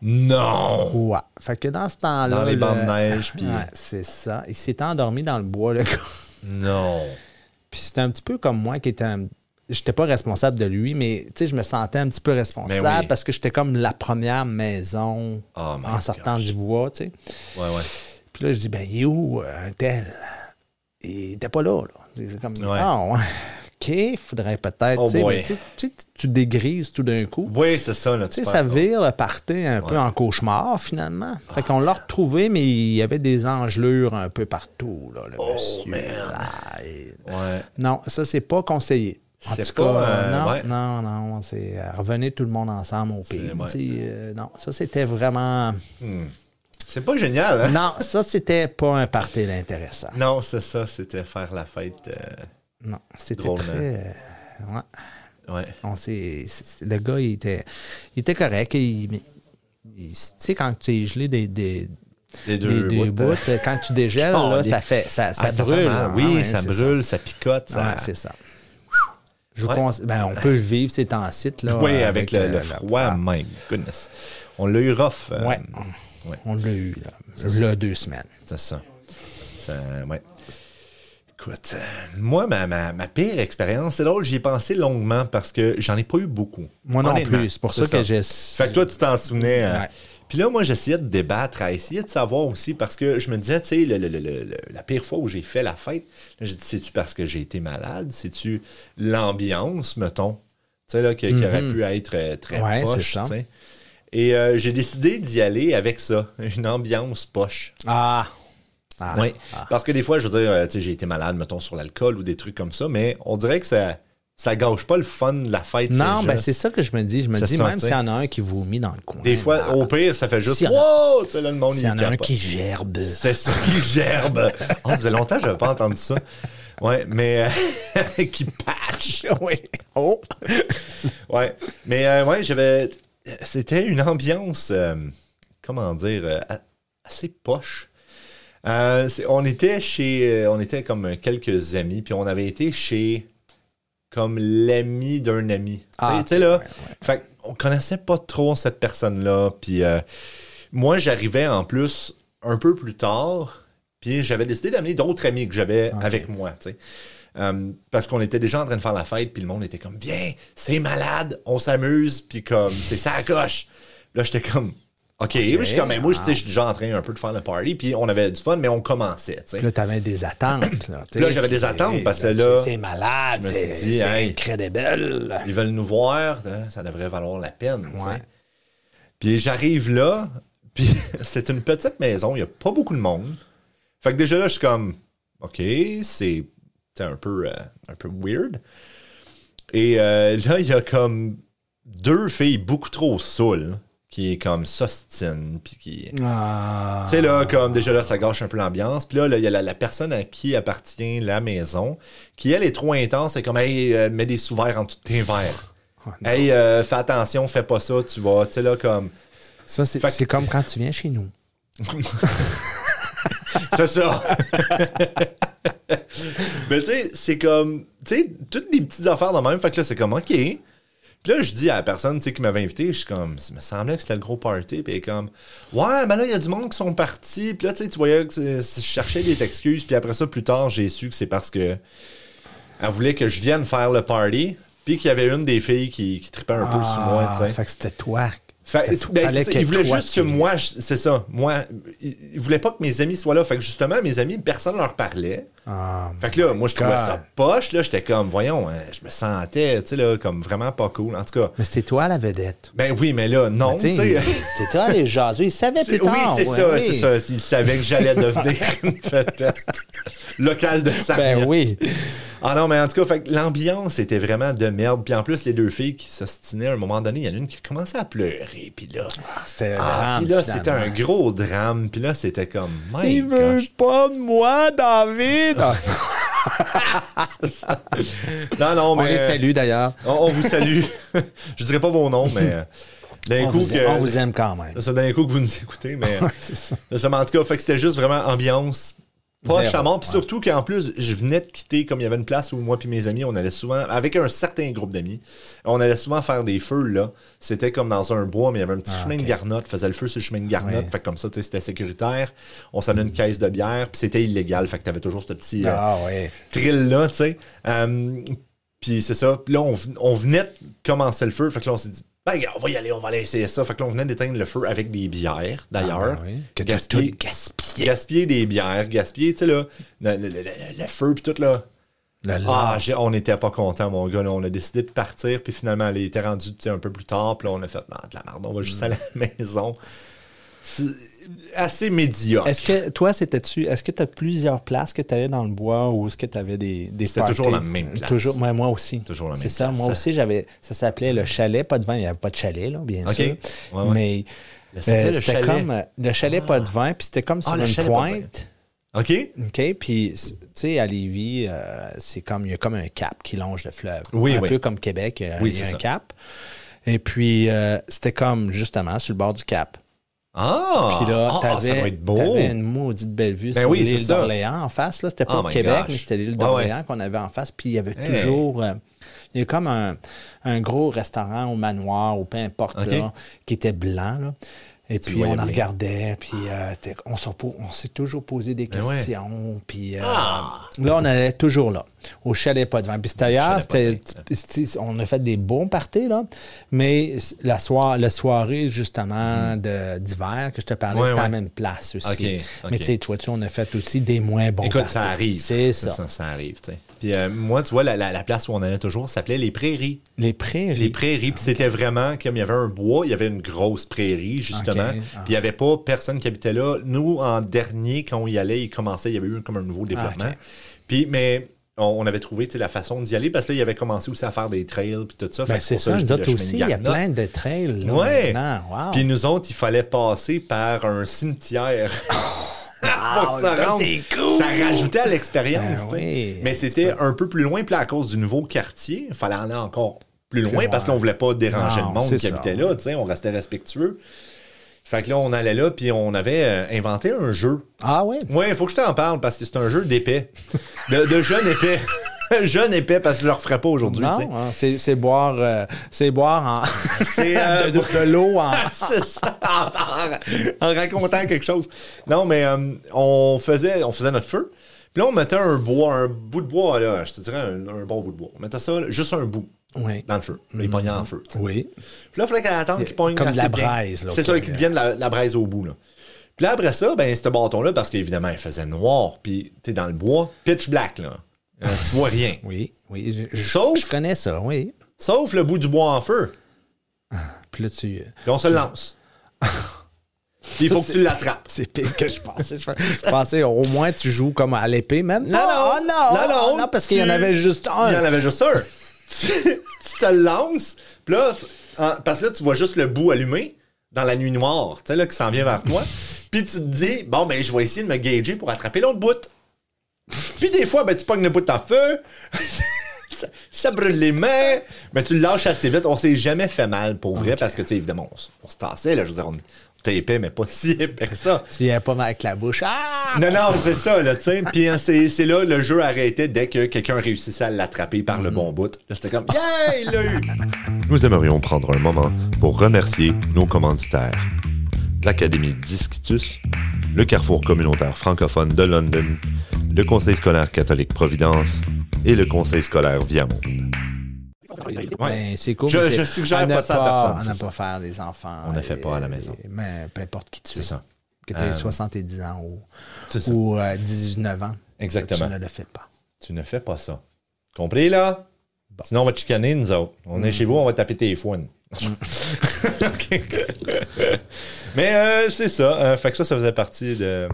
Speaker 1: Non!
Speaker 2: Ouais. Fait que dans ce temps-là.
Speaker 1: Dans les
Speaker 2: le-
Speaker 1: bancs de neige, puis-
Speaker 2: Ouais, c'est ça. Il s'est endormi dans le bois, le gars.
Speaker 1: Non!
Speaker 2: Puis c'était un petit peu comme moi qui était un- J'étais pas responsable de lui, mais tu sais, je me sentais un petit peu responsable
Speaker 1: Ben oui.
Speaker 2: parce que j'étais comme la première maison
Speaker 1: Oh my
Speaker 2: en sortant du bois, tu sais.
Speaker 1: Ouais, ouais.
Speaker 2: Puis là, je dis, ben, il est où euh, un tel? Il était pas là, là. C'est c'est comme,
Speaker 1: Ouais.
Speaker 2: ah, ouais. OK, faudrait peut-être,
Speaker 1: Oh
Speaker 2: tu sais,
Speaker 1: boy.
Speaker 2: mais tu- tu sais, tu dégrises tout d'un coup.
Speaker 1: Oui, c'est ça, là.
Speaker 2: Tu sais,
Speaker 1: perds
Speaker 2: ça
Speaker 1: ton-
Speaker 2: vire le party un peu en cauchemar, finalement.
Speaker 1: Ah.
Speaker 2: Fait qu'on l'a retrouvé, mais il y avait des engelures un peu partout, là,
Speaker 1: Oh,
Speaker 2: le monsieur. là, et-
Speaker 1: Ouais.
Speaker 2: non, ça, c'est pas conseillé. En
Speaker 1: C'est
Speaker 2: tout
Speaker 1: pas,
Speaker 2: cas,
Speaker 1: euh,
Speaker 2: non,
Speaker 1: ouais.
Speaker 2: non, non, c'est euh, revenez tout le monde ensemble au pays.
Speaker 1: ouais.
Speaker 2: tu sais, euh, non, ça c'était vraiment.
Speaker 1: C'est pas génial, hein?
Speaker 2: Non, ça c'était pas un party intéressant.
Speaker 1: Non, c'est ça, c'était faire la fête. euh,
Speaker 2: Non, c'était
Speaker 1: Drôle, hein.
Speaker 2: très. euh, ouais.
Speaker 1: Ouais.
Speaker 2: On s'est- c'est- le gars, il était, il était correct. il- mais il- tu sais, quand tu es gelé des, des,
Speaker 1: Les
Speaker 2: des,
Speaker 1: deux.
Speaker 2: des
Speaker 1: bouts. euh,
Speaker 2: bouts, quand tu dégèles, là, ça, fait, ça, ça
Speaker 1: Ah, fait
Speaker 2: brûle.
Speaker 1: mal.
Speaker 2: hein,
Speaker 1: Oui,
Speaker 2: ouais,
Speaker 1: ça
Speaker 2: c'est
Speaker 1: brûle, ça, picote. Ça...
Speaker 2: Ouais, c'est ça. Je vous
Speaker 1: Ouais.
Speaker 2: conse- ben, on peut le vivre, c'est en site. Là,
Speaker 1: oui,
Speaker 2: euh,
Speaker 1: avec, le,
Speaker 2: euh,
Speaker 1: le froid, my goodness. On l'a eu rough. euh,
Speaker 2: Ouais.
Speaker 1: ouais.
Speaker 2: On l'a eu, là. Là, deux semaines.
Speaker 1: C'est ça. Ça, ouais. Écoute, euh, moi, ma, ma- ma pire expérience, c'est drôle, j'y ai pensé longuement parce que j'en ai pas eu beaucoup.
Speaker 2: Moi non
Speaker 1: Honnêtement,
Speaker 2: plus, c'est pour ça que j'ai-
Speaker 1: Fait que toi, tu t'en souvenais. hein.
Speaker 2: Ouais.
Speaker 1: Puis là, moi, j'essayais de débattre, à essayer de savoir aussi parce que je me disais, tu sais, le- le- le- le- le- la pire fois où j'ai fait la fête, là, j'ai dit, c'est-tu parce que j'ai été malade? C'est-tu l'ambiance, mettons? Tu sais, là, que- qui aurait pu être euh, très
Speaker 2: Mhm. Ouais, c'est
Speaker 1: poche,
Speaker 2: ça.
Speaker 1: tu sais. Et euh, j'ai décidé d'y aller avec ça, une ambiance poche.
Speaker 2: Ah! Ah.
Speaker 1: Oui. Parce que des fois, je veux dire, euh, tu sais, j'ai été malade, mettons, sur l'alcool ou des trucs comme ça, mais on dirait que ça, ça gâche pas le fun de la fête.
Speaker 2: Non, ben
Speaker 1: juste-
Speaker 2: c'est ça que je me dis. Je me
Speaker 1: Ça
Speaker 2: dis,
Speaker 1: se
Speaker 2: même
Speaker 1: sentait.
Speaker 2: s'il y en a un qui vomit dans le coin.
Speaker 1: Des fois,
Speaker 2: là,
Speaker 1: au pire, ça fait juste
Speaker 2: Ben, bah, S'il y en
Speaker 1: Wow! Tu sais, là, le monde,
Speaker 2: s'il
Speaker 1: il
Speaker 2: y en a un
Speaker 1: capote.
Speaker 2: qui gerbe.
Speaker 1: C'est ça qui gerbe. Oh, ça faisait longtemps que je n'avais pas entendu ça. Ouais, mais. euh, qui patch.
Speaker 2: oui. Oh!
Speaker 1: Ouais. Mais, euh, ouais, j'avais. C'était une ambiance, euh, comment dire, euh, a- assez poche. Euh, c'est- on était chez. euh, on était comme quelques amis, puis on avait été chez. Comme l'ami d'un ami. Tu sais-
Speaker 2: Ah,
Speaker 1: tu sais,
Speaker 2: ok,
Speaker 1: là.
Speaker 2: ouais, ouais.
Speaker 1: Fait qu'on connaissait pas trop cette personne-là. Puis euh, moi, j'arrivais en plus un peu plus tard. Puis j'avais décidé d'amener d'autres amis que j'avais avec moi. tu sais. Euh, parce qu'on était déjà en train de faire la fête, puis le monde était comme Viens, c'est malade, on s'amuse, puis comme c'est ça à gauche. Là, j'étais comme OK, je suis comme, Mais moi, je tu sais, je suis déjà en train un peu de faire le party, puis on avait du fun, mais on commençait. tu sais.
Speaker 2: Puis là, t'avais des attentes. Là, tu
Speaker 1: Là,
Speaker 2: sais,
Speaker 1: j'avais des
Speaker 2: c'est-
Speaker 1: attentes, parce que
Speaker 2: c'est-
Speaker 1: là,
Speaker 2: C'est malade.
Speaker 1: je me
Speaker 2: c'est-
Speaker 1: suis dit,
Speaker 2: c'est
Speaker 1: hey.
Speaker 2: incredible.
Speaker 1: Ils veulent nous voir, hein, ça devrait valoir la peine. tu sais.
Speaker 2: Ouais.
Speaker 1: Puis j'arrive là, puis c'est une petite maison, il n'y a pas beaucoup de monde. Fait que déjà là, je suis comme, OK, c'est c'est un peu, euh, un peu weird. Et euh, là, il y a comme deux filles beaucoup trop saoules qui comme s'ostinent, puis qui...
Speaker 2: Ah.
Speaker 1: Tu sais, là, comme déjà là, ça gâche un peu l'ambiance. Puis là, là, il y a la, la personne à qui appartient la maison, qui elle est trop intense, et comme, hey, euh, mets des sous-verres en dessous de tes verres. hey, euh, fais attention, fais pas ça, tu vas. Tu sais, là, comme.
Speaker 2: Ça, c'est
Speaker 1: Fait que-
Speaker 2: c'est comme quand tu viens chez nous.
Speaker 1: C'est ça. Mais tu sais, c'est comme. Tu sais, toutes les petites affaires de même. Fait que là, c'est comme, OK. Puis là, je dis à la personne tu sais, qui m'avait invité, je suis comme, ça me semblait que c'était le gros party. Puis elle est comme, ouais, mais là, il y a du monde qui sont partis. Puis là, tu sais, tu voyais que c'est- c'est- je cherchais des excuses. Puis après ça, plus tard, j'ai su que c'est parce que elle voulait que je vienne faire le party. Puis qu'il y avait une des filles qui, qui tripait un peu sur moi,
Speaker 2: Ah,
Speaker 1: tu sais.
Speaker 2: Fait que c'était toi.
Speaker 1: Fait-
Speaker 2: Ça-
Speaker 1: ben,
Speaker 2: fallait
Speaker 1: c'est-
Speaker 2: que
Speaker 1: il voulait
Speaker 2: toi,
Speaker 1: juste
Speaker 2: tu-
Speaker 1: que moi, je- c'est ça. Moi, il, il voulait pas que mes amis soient là. Fait que justement, mes amis, personne leur parlait.
Speaker 2: Ah,
Speaker 1: Fait que là, moi, je trouvais
Speaker 2: God.
Speaker 1: ça poche. Là, j'étais comme, voyons, hein, je me sentais, tu sais, là, comme vraiment pas cool. En tout cas,
Speaker 2: mais c'était toi la vedette.
Speaker 1: ben oui, mais là, non, tu sais. euh,
Speaker 2: T'étais allé jaser. Il savait
Speaker 1: C'est-
Speaker 2: plus
Speaker 1: Oui,
Speaker 2: tard.
Speaker 1: c'est
Speaker 2: ouais,
Speaker 1: ça,
Speaker 2: oui.
Speaker 1: c'est ça. Ils savaient que j'allais devenir une vedette locale de Sarnia.
Speaker 2: Ben oui.
Speaker 1: Ah non, mais en tout cas, fait que l'ambiance était vraiment de merde. Puis en plus, les deux filles qui s'ostinaient, à un moment donné, il y en a une qui commençait à pleurer. Puis là,
Speaker 2: C'était le
Speaker 1: ah,
Speaker 2: drame,
Speaker 1: puis là
Speaker 2: finalement.
Speaker 1: c'était un gros drame. Puis là, c'était comme, my
Speaker 2: Il veut
Speaker 1: gosh.
Speaker 2: pas de moi, David.
Speaker 1: Ah, Non, non,
Speaker 2: On
Speaker 1: mais euh,
Speaker 2: les salue d'ailleurs.
Speaker 1: on, on vous salue. Je dirais pas vos noms, mais euh, d'un
Speaker 2: On,
Speaker 1: coup
Speaker 2: vous
Speaker 1: que...
Speaker 2: aime- on vous aime quand même.
Speaker 1: C'est d'un coup que vous nous écoutez, mais...
Speaker 2: c'est ça.
Speaker 1: C'est ça, mais en tout cas, fait que c'était juste vraiment ambiance poche
Speaker 2: Zéro,
Speaker 1: à mort. Puis
Speaker 2: ouais.
Speaker 1: surtout qu'en plus, je venais de quitter, comme il y avait une place où moi puis mes amis, on allait souvent, avec un certain groupe d'amis, on allait souvent faire des feux, là. C'était comme dans un bois, mais il y avait un petit chemin de garnotte, faisait le feu sur le chemin de garnotte.
Speaker 2: Ah, Ouais. Mm.
Speaker 1: Fait que comme ça, tu sais, c'était sécuritaire. On s'en une caisse de bière, puis c'était illégal. Fait que t'avais toujours ce petit euh,
Speaker 2: Ah oui.
Speaker 1: thrill-là, tu sais. Euh, puis c'est ça. Puis là, on, ven- on venait de commencer le feu. Fait que là, on s'est dit, ben, gars, on va y aller, on va aller essayer ça. Fait que là, on venait d'éteindre le feu avec des bières, d'ailleurs.
Speaker 2: Ah, ben oui. Que t'as
Speaker 1: Gaspiller-
Speaker 2: tout gaspillé.
Speaker 1: gaspiller des bières, gaspiller, tu sais, là, le, le- le- le- le feu, puis tout, là.
Speaker 2: Le
Speaker 1: Ah, j'ai- on n'était pas content, mon gars. là. on a décidé de partir, puis finalement, elle était rendue tu sais, un peu plus tard, puis là, on a fait, Ah, de la merde, on va
Speaker 2: Mm.
Speaker 1: juste à la maison. C'est assez médiocre.
Speaker 2: Est-ce que toi, c'était-tu. Est-ce que tu as plusieurs places que tu allais dans le bois ou est-ce que tu avais des. des
Speaker 1: C'était toujours
Speaker 2: parties?
Speaker 1: la même place.
Speaker 2: Toujours, ouais, moi aussi.
Speaker 1: Toujours la même
Speaker 2: C'est ça,
Speaker 1: place.
Speaker 2: moi aussi, j'avais. Ça s'appelait le chalet, pas de vin. Il n'y avait pas de chalet, là, bien
Speaker 1: Ok.
Speaker 2: sûr.
Speaker 1: Ouais, ouais.
Speaker 2: Mais.
Speaker 1: Ça s'appelait
Speaker 2: euh,
Speaker 1: le
Speaker 2: c'était
Speaker 1: chalet.
Speaker 2: comme. euh, Le chalet, pas de vin, puis c'était comme sur
Speaker 1: Ah, le
Speaker 2: une
Speaker 1: chalet, pas de vin.
Speaker 2: pointe.
Speaker 1: OK?
Speaker 2: OK? Puis, c- tu sais, à Lévis, euh, c'est comme, il y a comme un cap qui longe le fleuve.
Speaker 1: Oui,
Speaker 2: un
Speaker 1: oui.
Speaker 2: peu comme Québec, euh, il
Speaker 1: Oui,
Speaker 2: y
Speaker 1: c'est
Speaker 2: a un
Speaker 1: ça.
Speaker 2: cap. Et puis, euh, c'était comme, justement, sur le bord du cap.
Speaker 1: Ah!
Speaker 2: Puis là,
Speaker 1: Ah, ah, ça doit
Speaker 2: t'avais
Speaker 1: être beau!
Speaker 2: t'avais une maudite belle vue
Speaker 1: Ben
Speaker 2: sur
Speaker 1: oui, c'est
Speaker 2: l'île
Speaker 1: ça.
Speaker 2: d'Orléans en face. Là, c'était pas
Speaker 1: Oh
Speaker 2: au
Speaker 1: my
Speaker 2: Québec,
Speaker 1: gosh.
Speaker 2: mais c'était l'île
Speaker 1: Ouais,
Speaker 2: d'Orléans qu'on avait en face. Puis il y avait
Speaker 1: Hey.
Speaker 2: toujours. euh, il y a comme un, un gros restaurant au manoir ou peu importe
Speaker 1: Ok.
Speaker 2: là, qui était blanc. là. Et puis,
Speaker 1: voyais
Speaker 2: on en
Speaker 1: bien.
Speaker 2: regardait, puis euh, c'était- on s'en po- on s'est toujours posé des
Speaker 1: Ben ouais.
Speaker 2: questions. Puis euh,
Speaker 1: Ah!
Speaker 2: là, on allait toujours là, au chalet pas de vin. Puis c'était ailleurs,
Speaker 1: Chalet pas de
Speaker 2: c'était- tu sais, on a fait des bons parties, là, mais la, soir, la soirée, justement, de- d'hiver que je te parlais,
Speaker 1: Mhm. Ouais,
Speaker 2: c'était à
Speaker 1: ouais.
Speaker 2: la même place aussi.
Speaker 1: Ok, ok.
Speaker 2: Mais tu sais, toi, tu on a fait aussi des moins bons
Speaker 1: Écoute,
Speaker 2: parties.
Speaker 1: ça arrive.
Speaker 2: C'est ça.
Speaker 1: Ça, ça arrive, tu sais. Puis euh, moi, tu vois, la, la- la place où on allait toujours s'appelait les prairies.
Speaker 2: Les prairies.
Speaker 1: Les prairies, puis c'était vraiment comme il y avait un bois, il y avait une grosse prairie, justement.
Speaker 2: Ok.
Speaker 1: Puis
Speaker 2: Ah.
Speaker 1: il n'y avait pas personne qui habitait là. Nous, en dernier, quand on y allait, il commençait, il y avait eu comme un nouveau développement.
Speaker 2: Ah, ok.
Speaker 1: Puis, mais on, on avait trouvé tu sais, la façon d'y aller parce que là, il avait commencé aussi à faire des trails, puis tout ça. Fait
Speaker 2: Ben,
Speaker 1: que
Speaker 2: c'est
Speaker 1: pour
Speaker 2: ça,
Speaker 1: je
Speaker 2: nous
Speaker 1: dis le
Speaker 2: autres
Speaker 1: chemin de
Speaker 2: aussi, il y a
Speaker 1: Garnotte.
Speaker 2: plein de trails, là,
Speaker 1: Ouais.
Speaker 2: maintenant. Wow.
Speaker 1: Puis nous autres, il fallait passer par un cimetière. pour
Speaker 2: Wow,
Speaker 1: se
Speaker 2: Ah, ça,
Speaker 1: rendre.
Speaker 2: c'est cool!
Speaker 1: Ça rajoutait à l'expérience.
Speaker 2: Ben
Speaker 1: tu sais.
Speaker 2: oui.
Speaker 1: Mais c'était un peu plus loin. Puis là, à cause du nouveau quartier, il fallait aller encore plus loin,
Speaker 2: loin.
Speaker 1: parce qu'on voulait pas déranger
Speaker 2: Non,
Speaker 1: le monde
Speaker 2: c'est
Speaker 1: qui
Speaker 2: ça.
Speaker 1: habitait là. tu sais, On restait respectueux. Fait que là, on allait là, puis on avait euh, inventé un jeu.
Speaker 2: Ah oui?
Speaker 1: Ouais, il faut que je t'en parle parce que c'est un jeu d'épais. De, de jeune épais. jeune épais, parce que je le referais pas aujourd'hui. tu sais.
Speaker 2: Non, hein, c'est c'est boire, euh, c'est boire en...
Speaker 1: C'est, euh,
Speaker 2: de, de- de l'eau en...
Speaker 1: C'est ça, en, en- en racontant quelque chose. Non, mais euh, on, faisait, on faisait notre feu. Puis là, on mettait un bois, un bout de bois, là, je te dirais un, un bon bout de bois. On mettait ça, là, juste un bout,
Speaker 2: Oui.
Speaker 1: dans le feu. Là, il pognait en feu. tu sais.
Speaker 2: Oui.
Speaker 1: Puis là, il fallait qu'elle attende qu'il pogne
Speaker 2: Mhm. Comme de la
Speaker 1: assez bien.
Speaker 2: braise, là,
Speaker 1: C'est
Speaker 2: ok,
Speaker 1: ça, qu'il
Speaker 2: là.
Speaker 1: devienne la, la braise au bout. Là. Puis là, après ça, ben, ce bâton-là, parce qu'évidemment, il faisait noir, puis t'es dans le bois, pitch black, là. Euh, tu vois rien.
Speaker 2: Oui, oui. Je, je-
Speaker 1: Sauf-
Speaker 2: je connais ça, oui.
Speaker 1: Sauf le bout du bois en feu.
Speaker 2: Puis là, tu... euh,
Speaker 1: Puis on se le lance. Puis il faut que tu l'attrapes.
Speaker 2: C'est pire que je pensais. Je je pensais au moins tu joues comme à l'épée même.
Speaker 1: Non,
Speaker 2: Ah,
Speaker 1: non,
Speaker 2: non, ah, non, parce qu'il y en
Speaker 1: tu-
Speaker 2: avait juste un.
Speaker 1: Il y en avait juste un. tu, tu te lances, puis là, en- parce que là, tu vois juste le bout allumé dans la nuit noire, tu sais, là, qui s'en vient vers toi. puis tu te dis, bon, ben, je vais essayer de me gager pour attraper l'autre bout. Puis des fois, ben, tu pognes le bout en feu. ça, ça brûle les mains, mais tu le lâches assez vite. On s'est jamais fait mal pour vrai, parce que, tu sais, évidemment, on, s- on se tassait, là, je veux dire, on était épais, mais pas si épais que ça.
Speaker 2: Tu viens pas avec la bouche. Ah!
Speaker 1: Non, non, c'est ça, là, tu sais. Puis hein, c'est c'est là, le jeu arrêtait dès que quelqu'un réussissait à l'attraper par le bon bout. Là, c'était comme, yeah, il l'a eu!
Speaker 3: nous aimerions prendre un moment pour remercier nos commanditaires. L'Académie Discitus, le Carrefour communautaire francophone de London, le Conseil scolaire catholique Providence et le Conseil scolaire Viamont.
Speaker 2: Ben, c'est cool.
Speaker 3: Je-
Speaker 2: mais c'est-
Speaker 3: je suggère
Speaker 2: à ne
Speaker 3: pas ça à personne,
Speaker 2: On
Speaker 3: c'est
Speaker 2: n'a
Speaker 3: ça.
Speaker 2: pas faire les enfants.
Speaker 1: On ne fait pas à la maison.
Speaker 2: et- Mais peu importe qui tu es.
Speaker 1: C'est ça.
Speaker 2: Que tu aies 70 ans ou,
Speaker 1: C'est ça.
Speaker 2: ou euh, 19 ans.
Speaker 1: Exactement.
Speaker 2: Tu ne le fais pas.
Speaker 1: Tu ne fais pas ça. Compris, là? Sinon, on va te chicaner, nous autres. On est chez vous, on va taper tes fouines. OK. Mais euh, c'est ça. Euh, fait que ça, ça faisait partie de,
Speaker 2: Euh,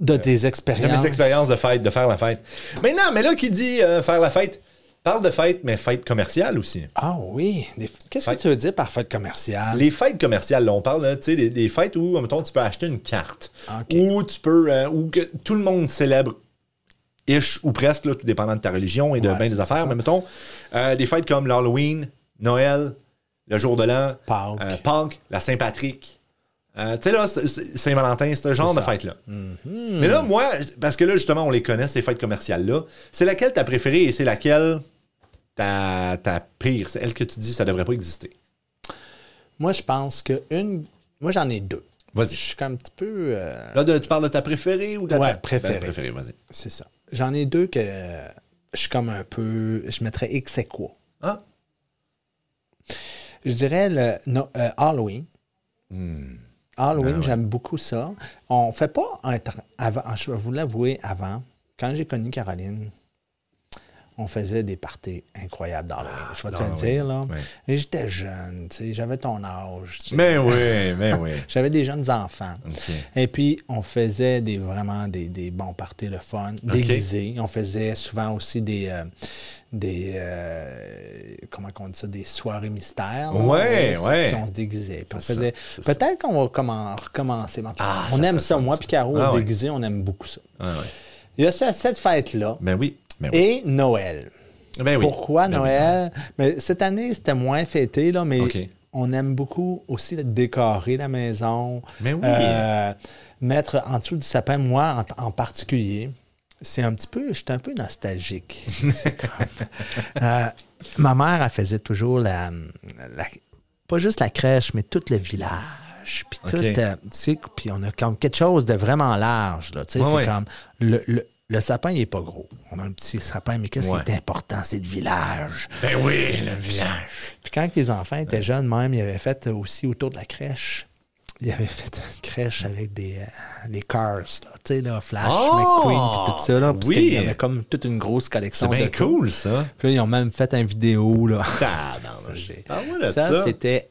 Speaker 2: De tes
Speaker 1: de
Speaker 2: expériences.
Speaker 1: mes expériences de fête, de faire la fête. Maintenant, mais là, qui dit euh, faire la fête, parle de fête, mais fête commerciale aussi.
Speaker 2: Ah oui. Des- Qu'est-ce que
Speaker 1: Fête.
Speaker 2: tu veux dire par fête commerciale?
Speaker 1: Les fêtes commerciales, là, on parle là, tu sais, des, des fêtes où, mettons, tu peux acheter une carte.
Speaker 2: Ok.
Speaker 1: Où tu peux. euh, où que tout le monde célèbre. Ish ou presque, là, tout dépendant de ta religion et de
Speaker 2: Ouais,
Speaker 1: bien
Speaker 2: c'est
Speaker 1: des affaires.
Speaker 2: ça.
Speaker 1: Mais mettons, euh, des fêtes comme l'Halloween, Noël, le jour de l'an,
Speaker 2: Pâques.
Speaker 1: euh, Pâques, la Saint-Patrick. Euh, tu sais, là, c'est- c'est- Saint-Valentin, c'est ce genre de fête-là.
Speaker 2: Mhm.
Speaker 1: Mais là, moi, parce que là, justement, on les connaît, ces fêtes commerciales-là. C'est laquelle t'as préférée et c'est laquelle ta, ta pire? C'est elle que tu dis, ça devrait pas exister.
Speaker 2: Moi, je pense que une. Moi, j'en ai deux.
Speaker 1: Vas-y.
Speaker 2: Je suis comme un petit peu. euh,
Speaker 1: Là, de- tu parles de ta préférée ou de
Speaker 2: Ouais,
Speaker 1: ta
Speaker 2: préférée.
Speaker 1: Ben, préférée, vas-y.
Speaker 2: C'est ça. J'en ai deux que euh, je suis comme un peu. Je mettrais ex aequo.
Speaker 1: Hein?
Speaker 2: Je dirais le no- euh, Halloween. Halloween, j'aime beaucoup ça. On fait pas un tra- avant, ah, je vais vous l'avouer avant, quand j'ai connu Caroline, on faisait des parties incroyables d'Halloween. je vais te le
Speaker 1: l'Halloween,
Speaker 2: dire là.
Speaker 1: ouais.
Speaker 2: Et j'étais jeune, tu sais, j'avais ton âge. tu sais.
Speaker 1: Mais oui, mais oui.
Speaker 2: J'avais des jeunes enfants. Et puis, on faisait des, vraiment des, des bons parties, le fun, déguisés. On faisait souvent aussi des, euh, des euh, comment on dit ça, des soirées mystères. là.
Speaker 1: Ouais,
Speaker 2: Et
Speaker 1: ouais.
Speaker 2: puis on se déguisait. Puis on
Speaker 1: C'est ça,
Speaker 2: faisait...
Speaker 1: c'est ça.
Speaker 2: Peut-être qu'on va commen- recommencer éventuellement.
Speaker 1: Ah,
Speaker 2: on
Speaker 1: ça
Speaker 2: aime
Speaker 1: serait
Speaker 2: ça.
Speaker 1: fun,
Speaker 2: Moi,
Speaker 1: ça.
Speaker 2: puis Caro,
Speaker 1: Ah, ouais.
Speaker 2: déguisé, on aime beaucoup ça.
Speaker 1: Ah, ouais.
Speaker 2: Il y a ça- cette fête-là
Speaker 1: Ben oui. Ben oui.
Speaker 2: et Noël.
Speaker 1: Ben oui.
Speaker 2: Pourquoi
Speaker 1: Ben oui.
Speaker 2: Noël? Mais cette année, c'était moins fêté, là, mais
Speaker 1: OK.
Speaker 2: on aime beaucoup aussi là, décorer la maison.
Speaker 1: Mais oui.
Speaker 2: Euh, mettre en dessous du sapin, moi en, en particulier, c'est un petit peu, j'étais un peu nostalgique. C'est comme- Euh, ma mère, elle faisait toujours la, la- pas juste la crèche, mais tout le village. Puis tout,
Speaker 1: OK.
Speaker 2: euh, tu sais, puis on a comme quelque chose de vraiment large, là, tu sais,
Speaker 1: Ouais,
Speaker 2: c'est
Speaker 1: ouais.
Speaker 2: comme le, le- le sapin, il n'est pas gros. On a un petit sapin, mais qu'est-ce
Speaker 1: Ouais.
Speaker 2: qui est important? C'est le village.
Speaker 1: Ben oui, le village.
Speaker 2: Puis quand les enfants étaient jeunes, même, ils avaient fait aussi autour de la crèche. Ils avaient fait une crèche avec des, euh, des cars, là. tu sais, là, Flash,
Speaker 1: Ah!
Speaker 2: McQueen, puis tout ça, là, parce
Speaker 1: Oui!
Speaker 2: qu'il y avait comme toute une grosse collection
Speaker 1: C'est bien
Speaker 2: de tout.
Speaker 1: cool, ça.
Speaker 2: Puis là, ils ont même fait une vidéo, là.
Speaker 1: Tabarnouche. Ah, voilà,
Speaker 2: ça,
Speaker 1: ça.
Speaker 2: c'était...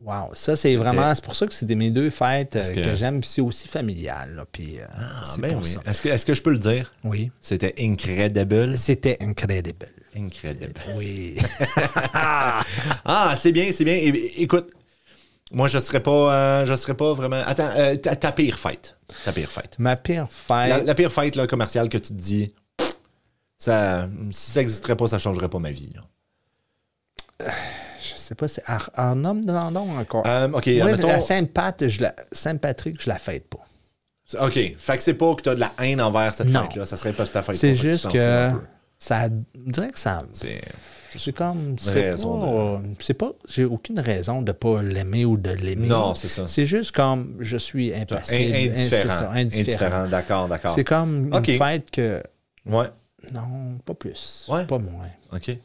Speaker 2: Wow, ça, c'est vraiment... C'est pour ça que c'est des- mes deux fêtes euh,
Speaker 1: Parce que-
Speaker 2: que, j'aime, puis c'est aussi familial, là, puis euh, c'est
Speaker 1: Ben
Speaker 2: pour
Speaker 1: oui.
Speaker 2: ça.
Speaker 1: Est-ce que, est-ce que je peux le dire?
Speaker 2: Oui.
Speaker 1: C'était incredible.
Speaker 2: C'était incredible.
Speaker 1: Incredible.
Speaker 2: Oui.
Speaker 1: Ah, c'est bien, c'est bien. É- é- Écoute, moi, je serais pas, euh, je serais pas vraiment. Attends, euh, ta, ta pire fête. Ta pire fête.
Speaker 2: Ma pire
Speaker 1: La,
Speaker 2: fête...
Speaker 1: la pire fête là, commerciale que tu te dis, pff, ça, si ça n'existerait pas, ça changerait pas ma vie. là.
Speaker 2: Je sais pas, c'est Ar- Arnhem non, non, encore.
Speaker 1: Euh, OK,
Speaker 2: Moi,
Speaker 1: admettons-
Speaker 2: la Sainte-Pat, je la- Sainte-Patrick, je la fête pas.
Speaker 1: C'est- OK. Fait que c'est pas que tu as de la haine envers cette
Speaker 2: Non.
Speaker 1: fête-là. Ça serait pas ta fête.
Speaker 2: C'est
Speaker 1: pour ça tu
Speaker 2: juste
Speaker 1: t'en
Speaker 2: que
Speaker 1: fous un peu.
Speaker 2: ça, on dirait que ça,
Speaker 1: C'est-
Speaker 2: c'est comme, c'est pas,
Speaker 1: raison
Speaker 2: euh, c'est pas, j'ai aucune raison de pas l'aimer ou de l'aimer.
Speaker 1: Non, c'est ça.
Speaker 2: C'est juste comme, je suis impassible,
Speaker 1: In- indifférent.
Speaker 2: c'est ça,
Speaker 1: indifférent. D'accord, d'accord.
Speaker 2: C'est comme
Speaker 1: Ok.
Speaker 2: une fête que,
Speaker 1: Ouais.
Speaker 2: non, pas plus,
Speaker 1: Ouais.
Speaker 2: pas moins.
Speaker 1: OK.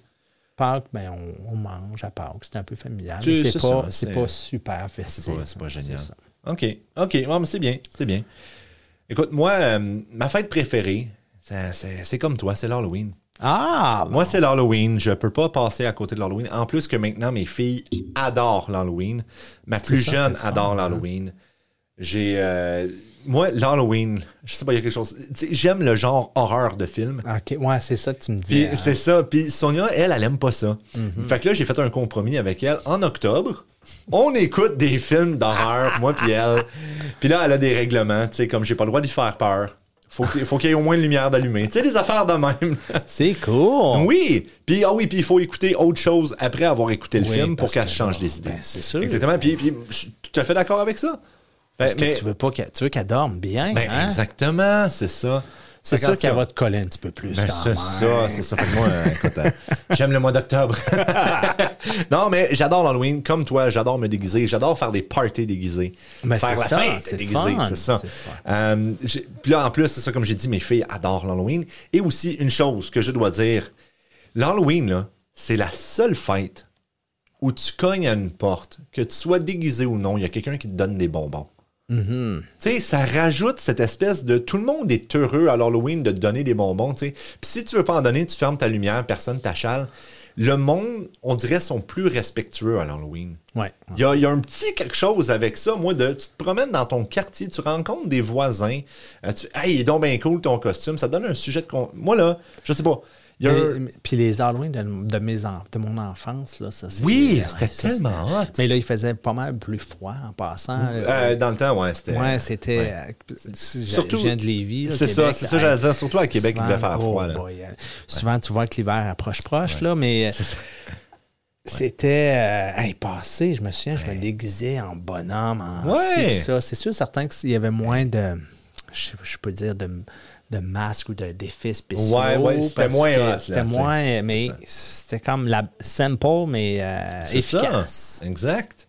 Speaker 2: Pâques, ben, on, on mange à Pâques, c'est un peu familial,
Speaker 1: Tu-
Speaker 2: mais
Speaker 1: c'est
Speaker 2: c'est pas,
Speaker 1: ça,
Speaker 2: c'est
Speaker 1: c'est-
Speaker 2: pas super festif.
Speaker 1: C'est pas, c'est pas génial.
Speaker 2: C'est ça.
Speaker 1: OK. OK. Bon, mais c'est bien. C'est bien. Écoute, moi, euh, ma fête préférée, ça- c'est c'est comme toi, c'est l'Halloween.
Speaker 2: Ah,
Speaker 1: Moi, c'est l'Halloween. Je peux pas passer à côté de l'Halloween. En plus que maintenant, mes filles adorent l'Halloween. Ma plus
Speaker 2: ça,
Speaker 1: jeune
Speaker 2: c'est fun, hein.
Speaker 1: adore l'Halloween. J'ai. euh, moi, l'Halloween, je sais pas, il y a quelque chose. tu sais, J'aime le genre horreur de film.
Speaker 2: ok, ouais, c'est ça que tu me
Speaker 1: Puis
Speaker 2: dis. hein.
Speaker 1: c'est ça. Puis Sonia, elle, elle aime pas ça.
Speaker 2: Mm-hmm.
Speaker 1: Fait que là, j'ai fait un compromis avec elle. En octobre, on écoute des films d'horreur, moi puis elle. Puis là, elle a des règlements, tu sais, comme j'ai pas le droit d'y faire peur. Faut qu'il faut qu'il y ait au moins une lumière d'allumée. Tu sais, des affaires de même.
Speaker 2: C'est cool.
Speaker 1: Oui, puis ah oui, puis il faut écouter autre chose après avoir écouté le
Speaker 2: Oui,
Speaker 1: film pour
Speaker 2: parce
Speaker 1: qu'elle
Speaker 2: que
Speaker 1: change
Speaker 2: non,
Speaker 1: des idées.
Speaker 2: ben, c'est sûr.
Speaker 1: Exactement. Puis, puis je suis tout à fait d'accord avec ça.
Speaker 2: Parce
Speaker 1: Ben,
Speaker 2: que
Speaker 1: mais-
Speaker 2: tu veux pas qu'elle, tu veux qu'elle dorme bien.
Speaker 1: ben,
Speaker 2: hein?
Speaker 1: exactement, c'est ça.
Speaker 2: C'est
Speaker 1: Fait qu'en
Speaker 2: sûr
Speaker 1: tout
Speaker 2: qu'elle
Speaker 1: cas,
Speaker 2: va te coller un petit peu plus.
Speaker 1: ben,
Speaker 2: quand
Speaker 1: c'est
Speaker 2: même.
Speaker 1: ça, c'est ça. Fait que moi, euh, écoute, euh, j'aime le mois d'octobre. non, mais j'adore l'Halloween. Comme toi, j'adore me déguiser. J'adore faire des parties déguisées.
Speaker 2: Ben,
Speaker 1: faire
Speaker 2: c'est
Speaker 1: la
Speaker 2: ça,
Speaker 1: fête
Speaker 2: c'est
Speaker 1: déguisée.
Speaker 2: fun,
Speaker 1: C'est ça.
Speaker 2: c'est fun.
Speaker 1: Euh, j'ai- puis là, en plus, c'est ça, comme j'ai dit, mes filles adorent l'Halloween. Et aussi, une chose que je dois dire, l'Halloween, là, c'est la seule fête où tu cognes à une porte, que tu sois déguisé ou non, il y a quelqu'un qui te donne des bonbons.
Speaker 2: Mm-hmm.
Speaker 1: Tu sais, ça rajoute cette espèce de tout le monde est heureux à l'Halloween de te donner des bonbons, tu sais. Puis si tu veux pas en donner, tu fermes ta lumière, personne t'achale. Le monde, on dirait, sont plus respectueux à l'Halloween.
Speaker 2: Ouais.
Speaker 1: Il y, a, il y a un petit quelque chose avec ça, moi, de tu te promènes dans ton quartier, tu rencontres des voisins, euh, tu Hey, il est donc bien cool ton costume, ça donne un sujet de con- Moi là, je sais pas. il y a
Speaker 2: Mais-
Speaker 1: un-
Speaker 2: mais- Puis les Halloween de, de mes en- de mon enfance, là, ça c'est-
Speaker 1: Oui,
Speaker 2: ouais,
Speaker 1: c'était
Speaker 2: ça,
Speaker 1: tellement hot.
Speaker 2: Mais là, il faisait pas mal plus froid en passant.
Speaker 1: Euh, dans le temps, ouais, c'était.
Speaker 2: ouais, c'était. euh, si je-
Speaker 1: Surtout-
Speaker 2: je viens de Lévis. là,
Speaker 1: C'est
Speaker 2: Québec,
Speaker 1: ça, c'est
Speaker 2: là,
Speaker 1: ça, j'allais
Speaker 2: hey,
Speaker 1: dire. Surtout à Québec, il devait
Speaker 2: souvent,
Speaker 1: faire
Speaker 2: oh
Speaker 1: froid. là.
Speaker 2: boy, euh, Souvent, tu vois que l'hiver approche proche, là, mais. euh, C'était euh, hey, passé, je me souviens, je me déguisais en bonhomme, en
Speaker 1: Ouais.
Speaker 2: ci, pis ça. C'est sûr, certain qu'il y avait moins de, je, sais- je peux dire, de, de masques ou de- d'effets spéciaux.
Speaker 1: Ouais, ouais, c'était
Speaker 2: parce
Speaker 1: moins
Speaker 2: que
Speaker 1: hot, là,
Speaker 2: C'était
Speaker 1: tu sais.
Speaker 2: moins, mais c'était comme la simple, mais euh,
Speaker 1: C'est ça.
Speaker 2: efficace.
Speaker 1: Exact.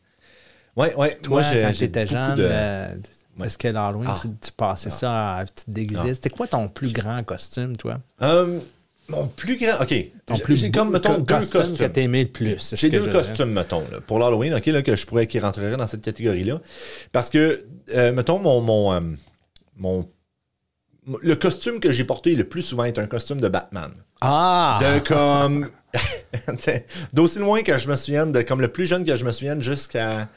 Speaker 1: Ouais, ouais.
Speaker 2: Toi,
Speaker 1: moi, j'ai-
Speaker 2: quand
Speaker 1: j'ai
Speaker 2: tu étais
Speaker 1: beaucoup
Speaker 2: jeune,
Speaker 1: de-
Speaker 2: euh, est-ce que l'Halloween,
Speaker 1: Ah.
Speaker 2: tu, tu passais ça, à- tu te déguisais? C'était quoi ton plus grand costume, toi?
Speaker 1: Euh, mon plus grand. OK.
Speaker 2: Ton
Speaker 1: J'ai-
Speaker 2: plus
Speaker 1: J'ai
Speaker 2: beau
Speaker 1: comme, mettons,
Speaker 2: co-
Speaker 1: deux
Speaker 2: costume que
Speaker 1: costumes.
Speaker 2: t'aimais le plus. c'est ce
Speaker 1: J'ai
Speaker 2: que
Speaker 1: deux
Speaker 2: je veux dire.
Speaker 1: costumes, mettons, là, pour l'Halloween, OK, là, que je pourrais qui rentrerait dans cette catégorie-là. Parce que, euh, mettons, mon. mon, euh, mon- le costume que j'ai porté le plus souvent est un costume de Batman.
Speaker 2: Ah!
Speaker 1: De comme. T'sais, D'aussi loin que je me souvienne, de comme le plus jeune que je me souvienne jusqu'à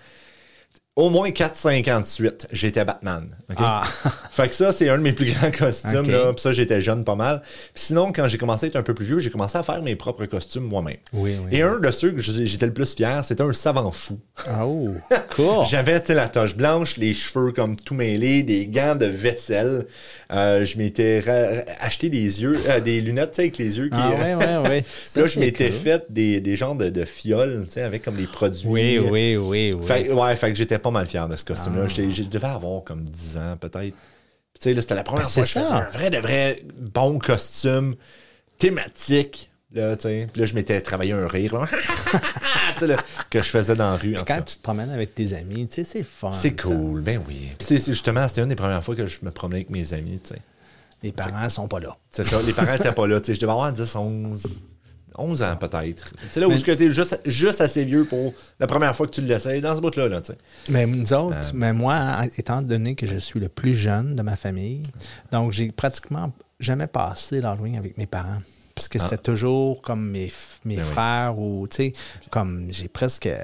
Speaker 1: au moins 4-5 ans de suite, j'étais Batman. ok?
Speaker 2: Ah.
Speaker 1: Fait que ça, c'est un de mes plus grands costumes.
Speaker 2: Ok.
Speaker 1: Là. Puis ça, j'étais jeune pas mal. Puis sinon, quand j'ai commencé à être un peu plus vieux, j'ai commencé à faire mes propres costumes moi-même.
Speaker 2: Oui, oui.
Speaker 1: Et un de ceux que j'ai- j'étais le plus fier, c'était un savant fou.
Speaker 2: Oh, cool.
Speaker 1: J'avais tu sais, la toche blanche, les cheveux comme tout mêlés, des gants de vaisselle. Euh, je m'étais ra- acheté des yeux, euh, des lunettes tu sais, avec les yeux qui.
Speaker 2: Ah ouais, ouais, ouais. Ça,
Speaker 1: Puis là, je
Speaker 2: c'est
Speaker 1: m'étais
Speaker 2: cool.
Speaker 1: fait des, des genres de, de fioles, tu sais, avec comme des produits.
Speaker 2: Oui, oui, oui, oui. Ah.
Speaker 1: Fait, ouais, fait que j'étais pas mal fier de ce costume-là. J'étais- Je devais avoir comme 10 ans, peut-être. Puis Tu sais, là, c'était la première
Speaker 2: Ben,
Speaker 1: fois que je
Speaker 2: c'est
Speaker 1: faisais
Speaker 2: ça.
Speaker 1: un vrai, de vrai bon costume thématique, là, tu sais. Puis là, je m'étais travaillé un rire, là. Tu sais, là, que je faisais dans la rue, en tout
Speaker 2: Quand
Speaker 1: cas.
Speaker 2: tu te promènes avec tes amis, tu sais, c'est fun.
Speaker 1: C'est
Speaker 2: ça.
Speaker 1: cool, ben oui. Puis c'est- c'est justement, c'était une des premières fois que je me promenais avec mes amis, tu sais.
Speaker 2: Les parents sont pas là.
Speaker 1: C'est ça, les parents étaient pas là. Tu sais, je devais avoir 10, 11, 11 ans peut-être. C'est là où tu es juste, juste assez vieux pour la première fois que tu le laissais dans ce bout-là. Là, tu sais.
Speaker 2: Mais nous
Speaker 1: Euh.
Speaker 2: autres, mais moi, en- étant donné que je suis le plus jeune de ma famille, donc j'ai pratiquement jamais passé l'Halloween avec mes parents. Parce
Speaker 1: Ah.
Speaker 2: que c'était toujours comme mes, f-
Speaker 1: Ben
Speaker 2: mes frères ou, tu sais, comme j'ai presque, euh,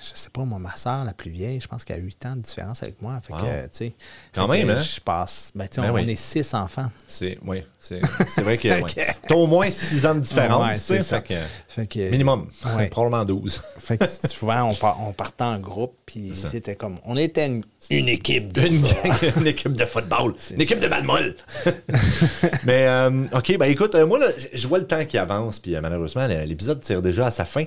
Speaker 2: je sais pas, moi, ma soeur la plus vieille, je pense qu'elle a 8 ans de différence avec moi. Fait
Speaker 1: Wow.
Speaker 2: que, tu sais.
Speaker 1: Quand
Speaker 2: fait que
Speaker 1: même, hein?
Speaker 2: Je passe. Ben, tu sais,
Speaker 1: Ben
Speaker 2: on,
Speaker 1: oui.
Speaker 2: on est six enfants.
Speaker 1: C'est oui, c'est- c'est vrai que ouais. t'as au moins 6 ans de différence.
Speaker 2: Ouais,
Speaker 1: tu
Speaker 2: c'est
Speaker 1: sais,
Speaker 2: ça.
Speaker 1: fait que-
Speaker 2: Fait que-
Speaker 1: minimum,
Speaker 2: Ouais.
Speaker 1: probablement 12.
Speaker 2: Fait que souvent, on, par- on partait en groupe, puis c'était comme. On était une, une équipe de.
Speaker 1: Une, une équipe de football, une équipe de balmol. Mais euh, ok, ben écoute, euh, moi là, j- je vois le temps qui avance, puis euh, malheureusement le- l'épisode tire déjà à sa fin.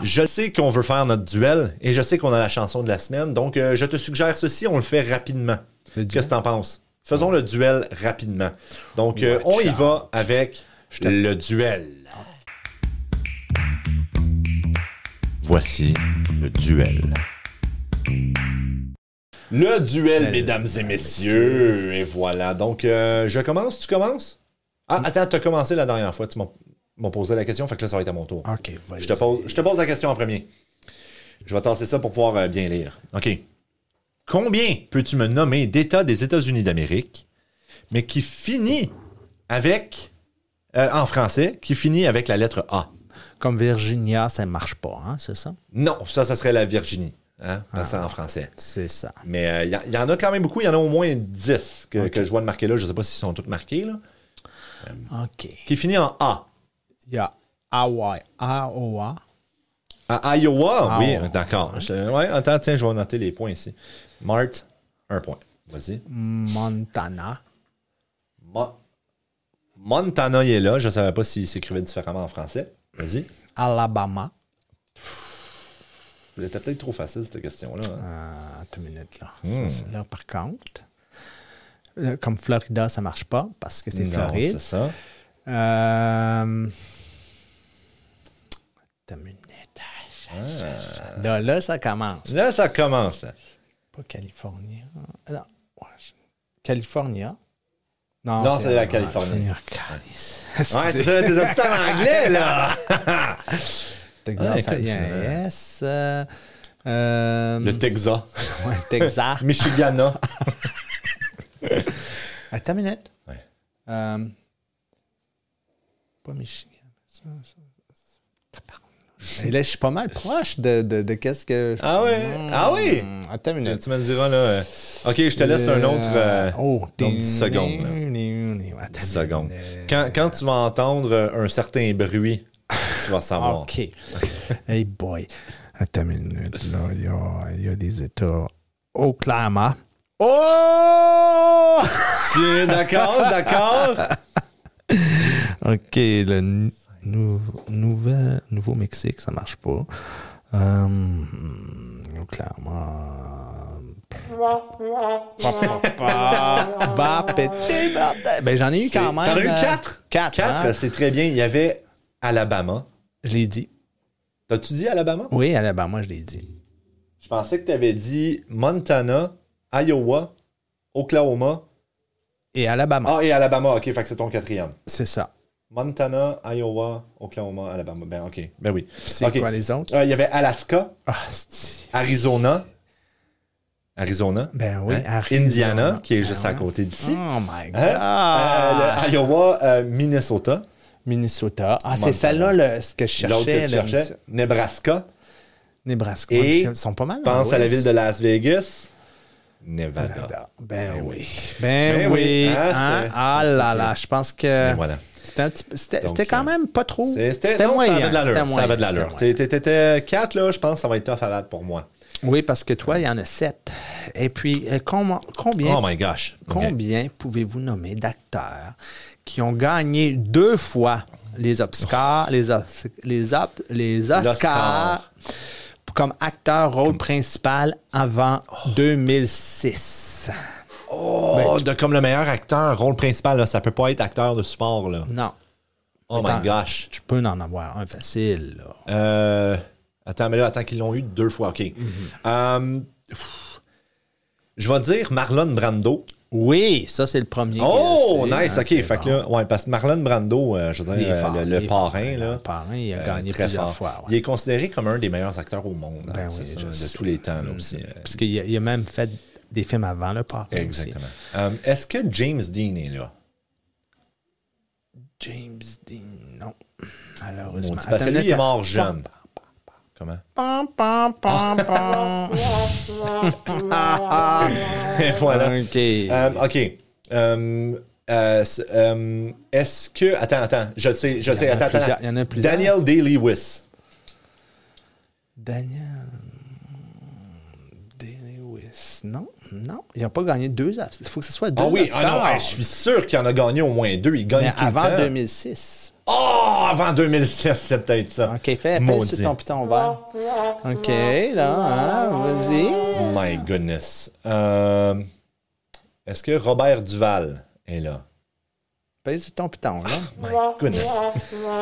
Speaker 1: Je sais qu'on veut faire notre duel et je sais qu'on a la chanson de la semaine, donc euh, je te suggère ceci, on le fait rapidement.
Speaker 2: Le duel?
Speaker 1: Qu'est-ce que t'en penses Faisons le duel rapidement. Donc euh, on y va avec le duel. Voici le duel. Le duel, mesdames et messieurs. Et voilà. Donc, euh, je commence, tu commences? Ah, attends, tu as commencé la dernière fois. Tu m'as- m'as posé la question, fait que là, ça va être à mon tour.
Speaker 2: OK, vas-y.
Speaker 1: Je te, pose, je te pose la question en premier. Je vais tasser ça pour pouvoir euh, bien lire. OK. Combien peux-tu me nommer d'États des États-Unis d'Amérique, mais qui finit avec, euh, en français, qui finit avec la lettre A?
Speaker 2: Comme Virginia, ça marche pas, hein, c'est ça?
Speaker 1: Non, ça, ça serait la Virginie, hein, parce que c'est en français.
Speaker 2: C'est ça.
Speaker 1: Mais il y, en a quand même beaucoup. Il y en a au moins 10 que, que je vois de marquer là. Je ne sais pas s'ils sont tous marqués. Là.
Speaker 2: OK.
Speaker 1: Qui finit en A.
Speaker 2: Il y a Hawaii. Aoa.
Speaker 1: À Iowa,
Speaker 2: Ah,
Speaker 1: oui,
Speaker 2: ouais.
Speaker 1: d'accord. Je- Ouais, attends, tiens, je vais noter les points ici. Mart, un point. Vas-y.
Speaker 2: Montana.
Speaker 1: Mo- Montana, il est là. Je ne savais pas s'il s'écrivait différemment en français. Vas-y.
Speaker 2: Alabama.
Speaker 1: C'était peut-être trop facile, cette question-là. hein.
Speaker 2: Euh, attends une minute, là.
Speaker 1: Hmm.
Speaker 2: Ça, c'est là, par contre. Euh, Comme Florida, ça marche pas parce que c'est
Speaker 1: Non,
Speaker 2: Floride.
Speaker 1: c'est ça.
Speaker 2: Euh... Attends une minute.
Speaker 1: Ah.
Speaker 2: Là, là, ça commence.
Speaker 1: Là, ça commence. là. hein.
Speaker 2: Pas Californie. Non. California. Non,
Speaker 1: Non, c'est la Californie. Ouais, c'est
Speaker 2: Excusez.
Speaker 1: ça, tes hôpitaux en anglais, là!
Speaker 2: Texas,
Speaker 1: Ouais,
Speaker 2: ça y est,
Speaker 1: écoute,
Speaker 2: yes. euh, euh,
Speaker 1: Le Texas.
Speaker 2: ouais, Texas.
Speaker 1: Michigana.
Speaker 2: Attends une minute.
Speaker 1: Ouais.
Speaker 2: Euh, pas Michigan. ça, ça, ça. Tabarnouche. Et là, je suis pas mal proche de, de, de qu'est-ce que. Hum,
Speaker 1: Ah ouais? Ah oui?
Speaker 2: Attends une
Speaker 1: tu,
Speaker 2: minute.
Speaker 1: tu me le diras, là. euh, OK, je te laisse un autre... euh,
Speaker 2: oh,
Speaker 1: dans 10 secondes, là.
Speaker 2: Attends une
Speaker 1: secondes.
Speaker 2: minute.
Speaker 1: Quand, quand tu vas entendre euh, un certain bruit, tu vas savoir.
Speaker 2: OK. hey boy. Attends une minute, là. Il y a, il y a des États. Oklahoma. Oh!
Speaker 1: Tu es d'accord, d'accord?
Speaker 2: OK, le nou- nou- nouvel- Nouveau-Mexique, ça marche pas. Euh,
Speaker 1: Hum,
Speaker 2: hmm, clairement. Pa, pa, pa, va péter, bordel. Ben, j'en ai eu quand même.
Speaker 1: T'en as eu
Speaker 2: euh,
Speaker 1: quatre?
Speaker 2: Quatre.
Speaker 1: Quatre,
Speaker 2: hein.
Speaker 1: c'est très bien. Il y avait Alabama.
Speaker 2: Je l'ai dit.
Speaker 1: T'as-tu dit Alabama?
Speaker 2: Oui, Alabama, je l'ai dit.
Speaker 1: Je pensais que t'avais dit Montana, Iowa, Oklahoma.
Speaker 2: Et Alabama,
Speaker 1: Ah, et Alabama. OK, fait que c'est ton quatrième.
Speaker 2: c'est ça.
Speaker 1: Montana, Iowa, Oklahoma, Alabama. Ben, OK. Ben oui.
Speaker 2: C'est
Speaker 1: OK.
Speaker 2: quoi les autres?
Speaker 1: Euh, Il y avait Alaska,
Speaker 2: Ah, c'est-
Speaker 1: Arizona. Arizona.
Speaker 2: ben oui,
Speaker 1: Hein?
Speaker 2: Arizona.
Speaker 1: Indiana, qui est juste à
Speaker 2: Ah ouais. Ah.
Speaker 1: côté d'ici.
Speaker 2: Oh my God!
Speaker 1: Hein? Euh, le Iowa, euh, Minnesota.
Speaker 2: Minnesota. Ah,
Speaker 1: Montana.
Speaker 2: c'est celle-là le- ce que je
Speaker 1: L'autre
Speaker 2: cherchais.
Speaker 1: que tu
Speaker 2: le
Speaker 1: cherchais. Nebraska.
Speaker 2: Nebraska.
Speaker 1: Et
Speaker 2: Ouais, ils sont pas mal. hein. dans
Speaker 1: Pense à la
Speaker 2: l'Ouest.
Speaker 1: ville de Las Vegas. Nevada.
Speaker 2: Ben
Speaker 1: Ben
Speaker 2: oui. Ben
Speaker 1: Ben
Speaker 2: oui.
Speaker 1: oui, hein,
Speaker 2: hein.
Speaker 1: c'est-
Speaker 2: Ah
Speaker 1: c'est
Speaker 2: là
Speaker 1: que-
Speaker 2: là, je pense que
Speaker 1: voilà.
Speaker 2: c'était un petit peu- c'était
Speaker 1: Donc,
Speaker 2: c'était quand
Speaker 1: euh,
Speaker 2: même pas trop.
Speaker 1: C'est- C'était non, Ça avait de
Speaker 2: c'était
Speaker 1: l'allure. Ça
Speaker 2: moyen,
Speaker 1: avait de l'allure.
Speaker 2: c'était moyen.
Speaker 1: T'étais- T'étais 4, là. Je pense que ça va être tough à battre pour moi.
Speaker 2: Oui, parce que toi, il y en a sept. Et puis, euh, comment- combien,
Speaker 1: Oh my gosh. OK.
Speaker 2: combien pouvez-vous nommer d'acteurs qui ont gagné deux fois les Oscars, les, Os- les, Op- les Oscars
Speaker 1: L'Oscar.
Speaker 2: comme acteur rôle principal avant 2006? Ben,
Speaker 1: Oh, de comme le meilleur acteur, rôle principal, là, ça peut pas être acteur de support, là.
Speaker 2: Non.
Speaker 1: Oh
Speaker 2: Attends.
Speaker 1: my gosh.
Speaker 2: Tu peux en avoir un facile, là.
Speaker 1: Euh, attends, mais là, attends qu'ils l'ont eu deux fois, OK.
Speaker 2: Mm-hmm.
Speaker 1: Euh, pff, je vais dire Marlon Brando.
Speaker 2: Oui, ça, c'est le premier.
Speaker 1: Oh,
Speaker 2: qui l'a essayé,
Speaker 1: nice,
Speaker 2: hein,
Speaker 1: OK.
Speaker 2: c'est
Speaker 1: Fait que
Speaker 2: bon.
Speaker 1: là, ouais, parce que Marlon Brando, euh, je veux
Speaker 2: Il
Speaker 1: dire,
Speaker 2: est
Speaker 1: euh,
Speaker 2: fort,
Speaker 1: le,
Speaker 2: il
Speaker 1: le
Speaker 2: est fort.
Speaker 1: parrain, là.
Speaker 2: Le parrain, il a
Speaker 1: euh,
Speaker 2: gagné
Speaker 1: très
Speaker 2: plusieurs
Speaker 1: fort.
Speaker 2: fois. ouais.
Speaker 1: Il est considéré comme un des meilleurs acteurs au monde, hein,
Speaker 2: Ben
Speaker 1: c'est
Speaker 2: oui,
Speaker 1: ça,
Speaker 2: je
Speaker 1: de
Speaker 2: sais. Mm-hmm.
Speaker 1: tous les temps, là, aussi. euh,
Speaker 2: Parce qu'il a, il a même fait des films avant le parrain. aussi.
Speaker 1: Exactement. Euh, Est-ce que James Dean est là?
Speaker 2: James Dean, non.
Speaker 1: On
Speaker 2: Malheureusement.
Speaker 1: dit parce que
Speaker 2: Attends,
Speaker 1: lui, il est
Speaker 2: attends.
Speaker 1: mort jeune. Comment?
Speaker 2: Pam, pam, pam, pam.
Speaker 1: Et voilà.
Speaker 2: OK.
Speaker 1: Euh, OK. Euh, euh, s- euh, Est-ce que. Attends, attends. Je sais, je sais.
Speaker 2: en a
Speaker 1: Attends,
Speaker 2: plusieurs,
Speaker 1: attends.
Speaker 2: il y en a plusieurs.
Speaker 1: Daniel Day-Lewis.
Speaker 2: Daniel Day-Lewis. Non, non. Il n'a pas gagné deux. Oscars. Il faut que ce soit deux.
Speaker 1: Ah oui, ah
Speaker 2: Oscars.
Speaker 1: non, hey, je suis sûr qu'il en a gagné au moins deux. Il gagne
Speaker 2: Mais
Speaker 1: tout le
Speaker 2: avant
Speaker 1: temps.
Speaker 2: 2006.
Speaker 1: Oh, avant 2016, c'est peut-être ça.
Speaker 2: OK, fais appel
Speaker 1: Maudit.
Speaker 2: sur ton piton vert. OK, là, hein, vas-y.
Speaker 1: My goodness. Euh, Est-ce que Robert Duval est là?
Speaker 2: Pèse sur ton piton, là.
Speaker 1: Goodness.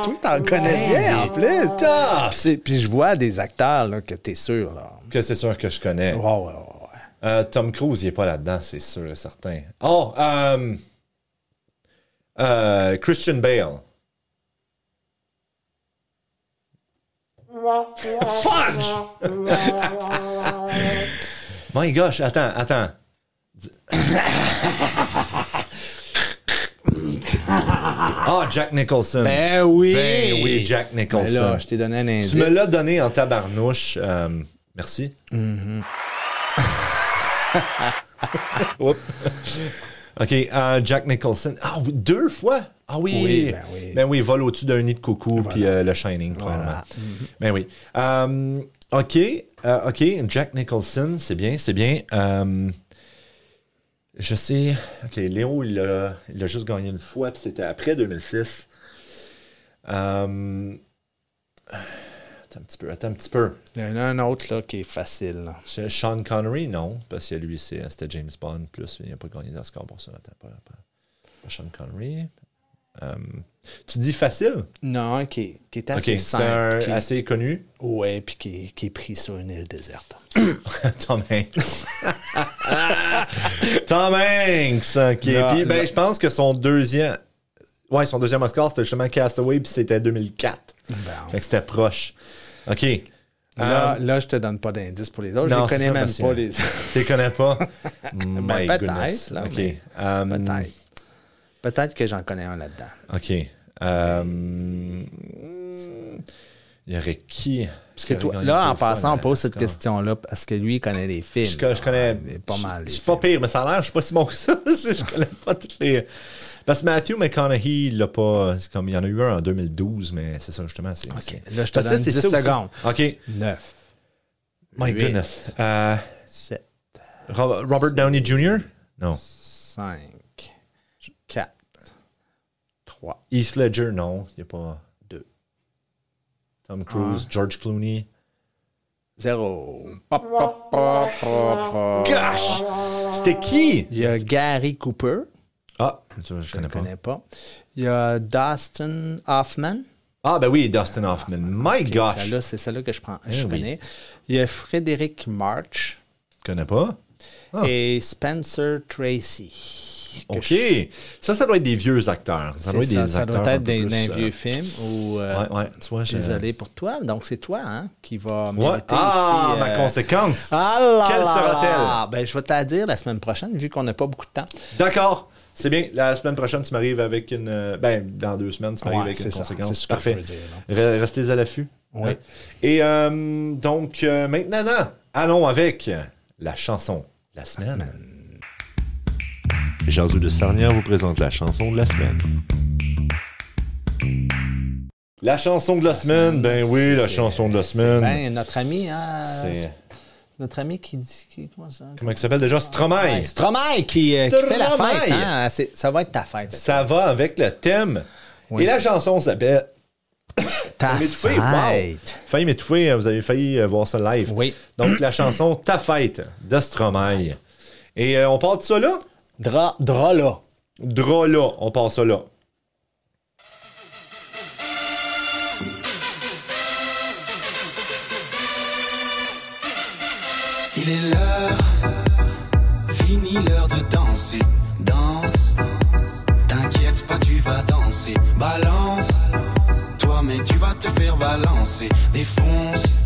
Speaker 2: Tout t'en connais bien, en plus.
Speaker 1: Ah,
Speaker 2: Puis, c'est- puis je vois des acteurs, là, que t'es sûr, là.
Speaker 1: que c'est sûr que je connais.
Speaker 2: Ouais, ouais, ouais, ouais.
Speaker 1: Euh, Tom Cruise, il n'est pas là-dedans, c'est sûr et certain. Oh, euh, euh, Christian Bale. Fudge! My gosh, attends, attends. Ah, Jack Nicholson.
Speaker 2: Ben oui!
Speaker 1: Ben oui, Jack
Speaker 2: Ben là,
Speaker 1: Nicholson.
Speaker 2: je t'ai donné un indice.
Speaker 1: tu me l'as donné en tabarnouche. euh, merci. Oups. OK, euh, Jack Nicholson. Ah oui, deux fois? Ah oui.
Speaker 2: Oui, ben oui.
Speaker 1: vole au-dessus d'un nid de coucou, puis euh, le Shining, probablement.
Speaker 2: Mm-hmm.
Speaker 1: Ben oui. Euh, OK, euh, OK, Jack Nicholson, c'est bien, c'est bien. Euh, je sais, OK, Léo, il a, il a juste gagné une fois, puis c'était après 2006. Euh, attends un petit peu, attends un petit peu.
Speaker 2: Il y en a un autre, là, qui est facile, là.
Speaker 1: C'est Sean Connery, non, parce que lui, c'est- euh, c'était James Bond, plus il n'a pas gagné d'Oscar pour ça. Attends, pas, pas- pas Sean Connery. Euh, tu dis facile?
Speaker 2: Non, qui est, qui est
Speaker 1: Ok, c'est
Speaker 2: assez simple.
Speaker 1: un
Speaker 2: qui-
Speaker 1: assez connu.
Speaker 2: Ouais, puis qui, est- qui est pris sur une île déserte.
Speaker 1: Tom Hanks. Tom Hanks, ok.
Speaker 2: Non,
Speaker 1: Puis, ben,
Speaker 2: non.
Speaker 1: je pense que son deuxième. Ouais, son deuxième Oscar, c'était justement Castaway, puis c'était 2004. Fait que c'était proche. Ok.
Speaker 2: Là, là, je te donne pas d'indice pour les autres.
Speaker 1: Non,
Speaker 2: je
Speaker 1: c'est
Speaker 2: les connais
Speaker 1: ça,
Speaker 2: même
Speaker 1: parce que-
Speaker 2: pas les Ben,
Speaker 1: Tu connais pas? My
Speaker 2: peut-être,
Speaker 1: goodness.
Speaker 2: là,
Speaker 1: ok.
Speaker 2: mais
Speaker 1: Um,
Speaker 2: Peut-être. Peut-être que j'en connais un là-dedans.
Speaker 1: Ok. Um, il y aurait qui?
Speaker 2: Parce
Speaker 1: qui
Speaker 2: que
Speaker 1: aurait
Speaker 2: toi,
Speaker 1: gagné
Speaker 2: là, en
Speaker 1: deux fois
Speaker 2: passant, on
Speaker 1: le
Speaker 2: pose cette
Speaker 1: Oscar?
Speaker 2: question-là parce que lui, il connaît les films. Ah,
Speaker 1: Je, co- je connais.
Speaker 2: Il est pas
Speaker 1: Je,
Speaker 2: mal. les
Speaker 1: je suis pas
Speaker 2: films.
Speaker 1: pire, mais ça a l'air, je suis pas si bon que ça. je connais pas toutes les. Parce que Matthew McConaughey, il l'a pas. c'est comme, il y en a eu un en 2012, mais c'est ça, justement. c'est- c'est-
Speaker 2: Là, je te
Speaker 1: Parce que
Speaker 2: donne
Speaker 1: c'est
Speaker 2: 10
Speaker 1: ça aussi.
Speaker 2: secondes.
Speaker 1: OK.
Speaker 2: 9,
Speaker 1: My
Speaker 2: Huit.
Speaker 1: goodness. Euh,
Speaker 2: 7,
Speaker 1: Ro- Robert Downey Jr.? Non.
Speaker 2: 5, 4, 3,
Speaker 1: Heath Ledger? Non. Il n'y a pas.
Speaker 2: 2,
Speaker 1: Tom
Speaker 2: Ah.
Speaker 1: Cruise, George Clooney.
Speaker 2: 0. Ah.
Speaker 1: Gosh! C'était qui?
Speaker 2: Il y a Gary Cooper.
Speaker 1: Ah, tu vois, je connais
Speaker 2: Je
Speaker 1: pas.
Speaker 2: connais pas. Il y a Dustin Hoffman.
Speaker 1: Ah, ben oui, Dustin Hoffman.
Speaker 2: Ah,
Speaker 1: My gosh! Je
Speaker 2: Celle-là, c'est celle-là que je, prends,
Speaker 1: Ah, Eh
Speaker 2: je
Speaker 1: oui.
Speaker 2: connais. Il y a Frédéric March
Speaker 1: connais pas. Ah.
Speaker 2: et Spencer Tracy. que
Speaker 1: OK.
Speaker 2: je-
Speaker 1: Ça, ça doit être des vieux acteurs. Ça
Speaker 2: C'est
Speaker 1: doit être
Speaker 2: ça,
Speaker 1: des
Speaker 2: ça
Speaker 1: acteurs.
Speaker 2: doit
Speaker 1: un
Speaker 2: être
Speaker 1: peu
Speaker 2: des-
Speaker 1: plus,
Speaker 2: d'un
Speaker 1: euh,
Speaker 2: vieux film ou. euh,
Speaker 1: Ouais, ouais, tu vois, je-
Speaker 2: Désolé pour toi. Donc, c'est toi hein, qui va
Speaker 1: Euh, Ouais.
Speaker 2: mériter
Speaker 1: Ah,
Speaker 2: ici,
Speaker 1: ma
Speaker 2: euh,
Speaker 1: conséquence.
Speaker 2: Ah là
Speaker 1: Quelle
Speaker 2: là
Speaker 1: sera-t-elle?
Speaker 2: là. Ben, je vais te la dire la semaine prochaine, vu qu'on n'a pas beaucoup de temps.
Speaker 1: D'accord. C'est bien. La semaine prochaine, tu m'arrives avec une. euh, Ben, dans deux semaines, tu m'arrives
Speaker 2: Ouais,
Speaker 1: avec
Speaker 2: c'est
Speaker 1: une
Speaker 2: ça.
Speaker 1: conséquence.
Speaker 2: C'est ce que
Speaker 1: Parfait.
Speaker 2: je veux dire,
Speaker 1: Re- Restez à l'affût.
Speaker 2: Oui.
Speaker 1: Hein. Et euh, donc, euh, maintenant, non, allons avec la chanson de la semaine. Jésus de Sarnière vous présente la chanson de la semaine. La chanson de la, semaine, ben oui, la
Speaker 2: C'est-
Speaker 1: chanson de la
Speaker 2: c'est
Speaker 1: semaine.
Speaker 2: bien notre ami, hein,
Speaker 1: C'est-
Speaker 2: notre ami qui dit. qui- comment ça?
Speaker 1: Comment il s'appelle déjà? Stromae.
Speaker 2: Ouais, Stromae qui, euh, qui fait la
Speaker 1: Stromae.
Speaker 2: fête. hein. C'est- Ça va être ta fête.
Speaker 1: Ça va avec le thème.
Speaker 2: Oui.
Speaker 1: Et la chanson s'appelle
Speaker 2: ta
Speaker 1: Failli m'étouffer, wow!
Speaker 2: fête.
Speaker 1: Failli m'étouffer, euh, vous avez failli euh, voir ça live.
Speaker 2: Oui.
Speaker 1: Donc, la chanson Ta fête de Stromae. Et euh, on part de ça là?
Speaker 2: Dra, dra là.
Speaker 1: Dra là, on part ça là.
Speaker 4: Il est l'heure, fini l'heure de danser. Danse, t'inquiète pas, tu vas danser. Balance, toi, mais tu vas te faire balancer. Défonce,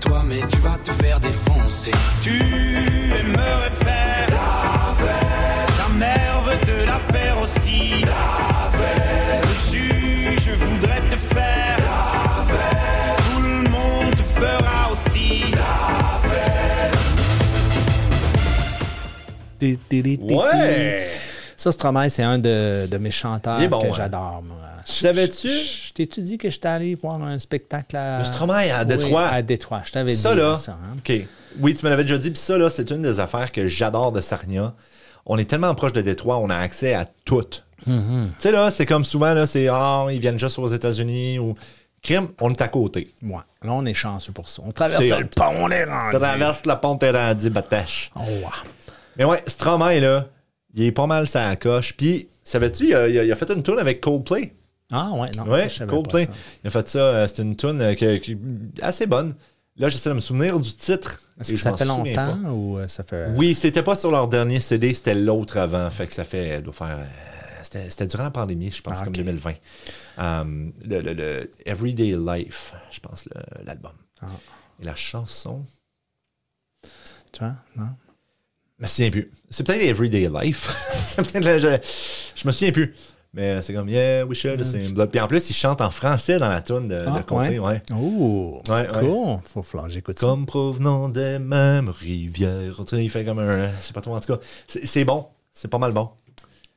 Speaker 4: toi, mais tu vas te faire défoncer. Tu aimerais faire la fête. Ta mère veut te la faire aussi. La fête. Le juge voudrait te faire la fête. Tout le monde te fera aussi.
Speaker 2: Ti, ti, ti, ti,
Speaker 1: Ouais!
Speaker 2: ti. Ça, Stromae, c'est un de, de mes chanteurs
Speaker 1: Il est bon,
Speaker 2: que
Speaker 1: hein.
Speaker 2: j'adore. moi.
Speaker 1: Savais-tu?
Speaker 2: Je- je- je T'ai-tu dit que j'étais allé voir un spectacle à.
Speaker 1: Le Stromae à
Speaker 2: Oui,
Speaker 1: Détroit.
Speaker 2: à Détroit. Je t'avais dit
Speaker 1: Ça là,
Speaker 2: ça. hein.
Speaker 1: OK. Oui, tu me l'avais déjà dit, puis ça là, c'est une des affaires que j'adore de Sarnia. On est tellement proche de Détroit, on a accès à tout. Tu sais là, c'est comme souvent, là, c'est Ah, ils viennent juste aux États-Unis ou. Crime, on est à côté.
Speaker 2: Ouais. Là, on est chanceux pour ça. On traverse
Speaker 1: C'est
Speaker 2: le
Speaker 1: hot.
Speaker 2: pont, on est rendu.
Speaker 1: Traverse la ponte et rendu, batèche.
Speaker 2: Oh, wow.
Speaker 1: Mais ouais, Stromae, là, il est pas mal sa coche. Puis, savais-tu, il a, il a- il a fait une tune avec Coldplay.
Speaker 2: Ah, ouais, non.
Speaker 1: Ouais,
Speaker 2: ça, je savais pas
Speaker 1: Coldplay.
Speaker 2: ça.
Speaker 1: Il a fait ça, euh, c'est une tune euh, qui, qui- assez bonne. Là, j'essaie de me souvenir du titre.
Speaker 2: Est-ce
Speaker 1: et
Speaker 2: que
Speaker 1: je
Speaker 2: ça
Speaker 1: m'en
Speaker 2: fait
Speaker 1: souviens
Speaker 2: longtemps
Speaker 1: pas.
Speaker 2: ou euh, ça fait.
Speaker 1: Oui, c'était pas sur leur dernier CD, c'était l'autre avant. Fait que ça fait, doit faire. euh, c'était- C'était durant la pandémie, je pense,
Speaker 2: Ah,
Speaker 1: comme
Speaker 2: ok.
Speaker 1: 2020. Euh, le, le- le Everyday Life, je pense, le- l'album.
Speaker 2: Ah.
Speaker 1: Et la chanson,
Speaker 2: Tu vois? Non?
Speaker 1: Je me souviens plus. C'est peut-être Everyday Life. C'est peut-être la- je, je me souviens plus. Mais c'est comme Yeah, we share the same blood. Puis en plus, il chante en français dans la tune de,
Speaker 2: Ah,
Speaker 1: de Comté, ouais.
Speaker 2: Oh,
Speaker 1: Ouais, ouais.
Speaker 2: cool. Faut falloir que j'écoute ça.
Speaker 1: Comme provenant des mêmes rivières. Tu sais, il fait comme un. C'est pas trop, en tout cas. C'est c'est bon. C'est pas mal bon.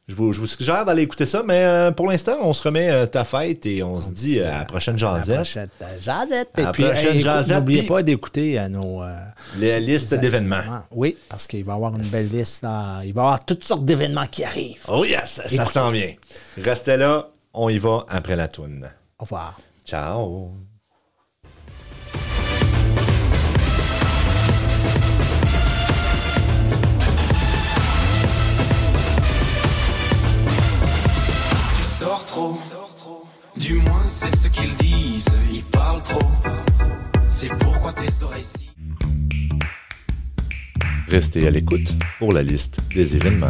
Speaker 1: Je vous, je vous suggère d'aller écouter ça, mais euh, pour l'instant, on se remet euh, ta fête et on se dit euh, à la prochaine
Speaker 2: La
Speaker 1: jasette.
Speaker 2: prochaine euh, Jazette. Et
Speaker 1: la
Speaker 2: puis,
Speaker 1: prochaine
Speaker 2: hey, écoute,
Speaker 1: Jazette,
Speaker 2: n'oubliez
Speaker 1: puis-
Speaker 2: pas d'écouter à nos. euh,
Speaker 1: La liste d'événements.
Speaker 2: événements. Oui, parce qu'il va y avoir une belle liste. là. Il va y avoir toutes sortes d'événements qui arrivent.
Speaker 1: Oh yes, ça
Speaker 2: Écoutez.
Speaker 1: s'en vient. Restez là, on y va après la toune.
Speaker 2: Au revoir.
Speaker 1: Ciao.
Speaker 4: sors trop. Du moins, c'est ce qu'ils disent. Ils parlent trop. C'est pourquoi tes oreilles si.
Speaker 3: Restez à l'écoute pour la liste des événements.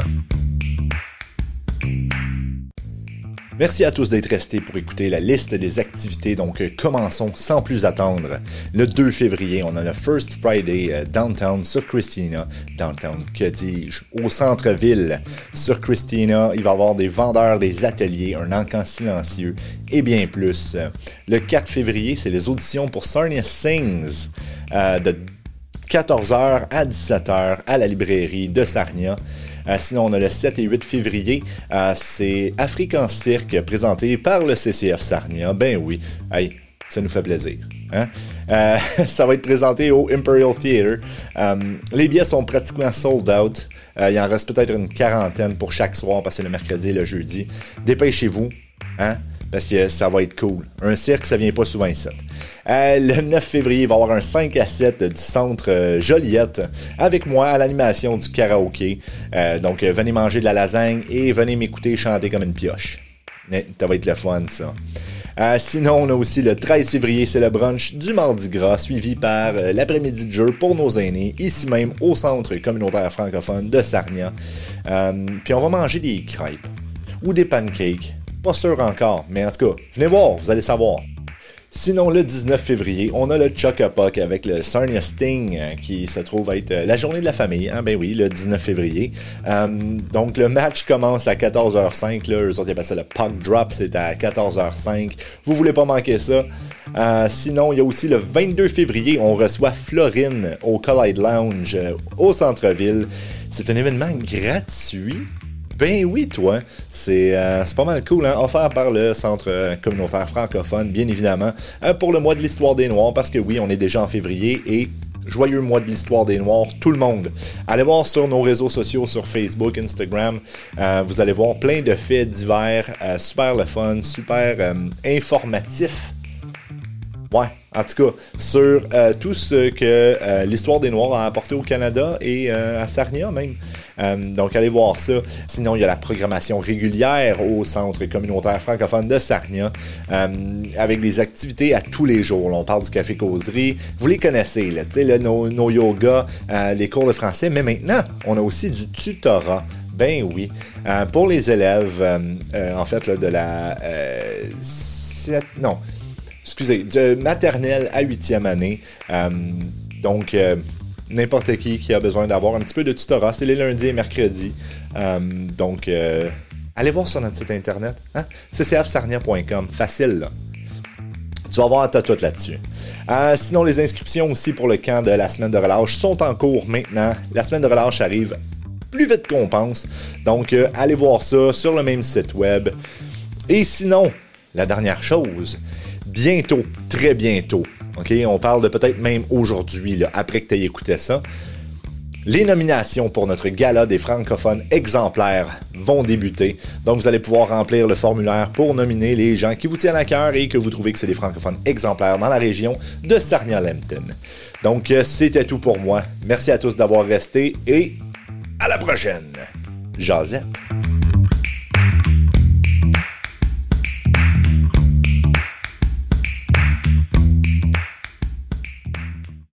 Speaker 1: Merci à tous d'être restés pour écouter la liste des activités. Donc, euh, commençons sans plus attendre. Le 2 février, on a le First Friday euh, Downtown sur Christina. Downtown, que dis-je? Au centre-ville. Sur Christina, il va y avoir des vendeurs, des ateliers, un encan silencieux et bien plus. Euh, Le 4 février, c'est les auditions pour Sarnia Sings euh, de 14h à 17h à la librairie de Sarnia. Euh, sinon, on a le 7 et 8 février. Euh, c'est Afrique en cirque présenté par le CCF Sarnia. Ben oui, hey, ça nous fait plaisir. hein? Euh, ça va être présenté au Imperial Theatre. Euh, les billets sont pratiquement sold out. Euh, il en reste peut-être une quarantaine pour chaque soir, parce que c'est le mercredi et le jeudi. Dépêchez-vous. Hein? parce que ça va être cool. Un cirque, ça vient pas souvent ici. Euh, le 9 février, il va y avoir un 5 à 7 du centre euh, Joliette avec moi à l'animation du karaoké. Euh, donc, euh, venez manger de la lasagne et venez m'écouter chanter comme une pioche. Mais ça va être le fun, ça. Euh, sinon, on a aussi le 13 février, c'est le brunch du Mardi Gras, suivi par euh, l'après-midi de jeu pour nos aînés, ici même au centre communautaire francophone de Sarnia. Euh, puis on va manger des crêpes ou des pancakes. Pas sûr encore, mais en tout cas, venez voir, vous allez savoir. Sinon, le 19 février, on a le Chocopoc avec le Sarnia Sting euh, qui se trouve être euh, la journée de la famille. Hein, ben oui, le 19 février. Euh, donc, le match commence à 14h05. Là, eux autres, ils appellent ça le Puck Drop. C'est à 14h05. Vous voulez pas manquer ça. Euh, sinon, il y a aussi le 22 février, on reçoit Florine au Collide Lounge euh, au centre-ville. C'est un événement gratuit. Ben oui, toi. C'est euh, c'est pas mal cool, hein? Offert par le Centre euh, communautaire francophone, bien évidemment, euh, pour le mois de l'histoire des Noirs, parce que oui, on est déjà en février et joyeux mois de l'histoire des Noirs, tout le monde. Allez voir sur nos réseaux sociaux, sur Facebook, Instagram. euh, vous allez voir plein de faits divers, euh, super le fun, super euh, informatif. Ouais, en tout cas, sur euh, tout ce que euh, l'histoire des Noirs a apporté au Canada et euh, à Sarnia même. Euh, donc, allez voir ça. Sinon, il y a la programmation régulière au Centre communautaire francophone de Sarnia, euh, avec des activités à tous les jours. Là, on parle du café causerie. Vous les connaissez, là, tu sais, là, nos, nos yogas, euh, les cours de français. Mais maintenant, on a aussi du tutorat. Ben oui. Euh, pour les élèves, euh, euh, en fait, là, de la... euh, sept- non excusez, de maternelle à huitième année. Euh, donc, euh, n'importe qui qui a besoin d'avoir un petit peu de tutorat, c'est les lundis et mercredis. Euh, donc, euh, allez voir sur notre site internet, hein? ccfsarnia.com, facile là. Tu vas voir, t'as tout là-dessus. Euh, sinon, les inscriptions aussi pour le camp de la semaine de relâche sont en cours maintenant. La semaine de relâche arrive plus vite qu'on pense. Donc, euh, allez voir ça sur le même site web. Et sinon, la dernière chose, bientôt, très bientôt, OK, on parle de peut-être même aujourd'hui, là, après que tu aies écouté ça, les nominations pour notre gala des francophones exemplaires vont débuter. Donc, vous allez pouvoir remplir le formulaire pour nominer les gens qui vous tiennent à cœur et que vous trouvez que c'est des francophones exemplaires dans la région de Sarnia-Lempton. Donc, euh, c'était tout pour moi. Merci à tous d'avoir resté et à la prochaine. Josette.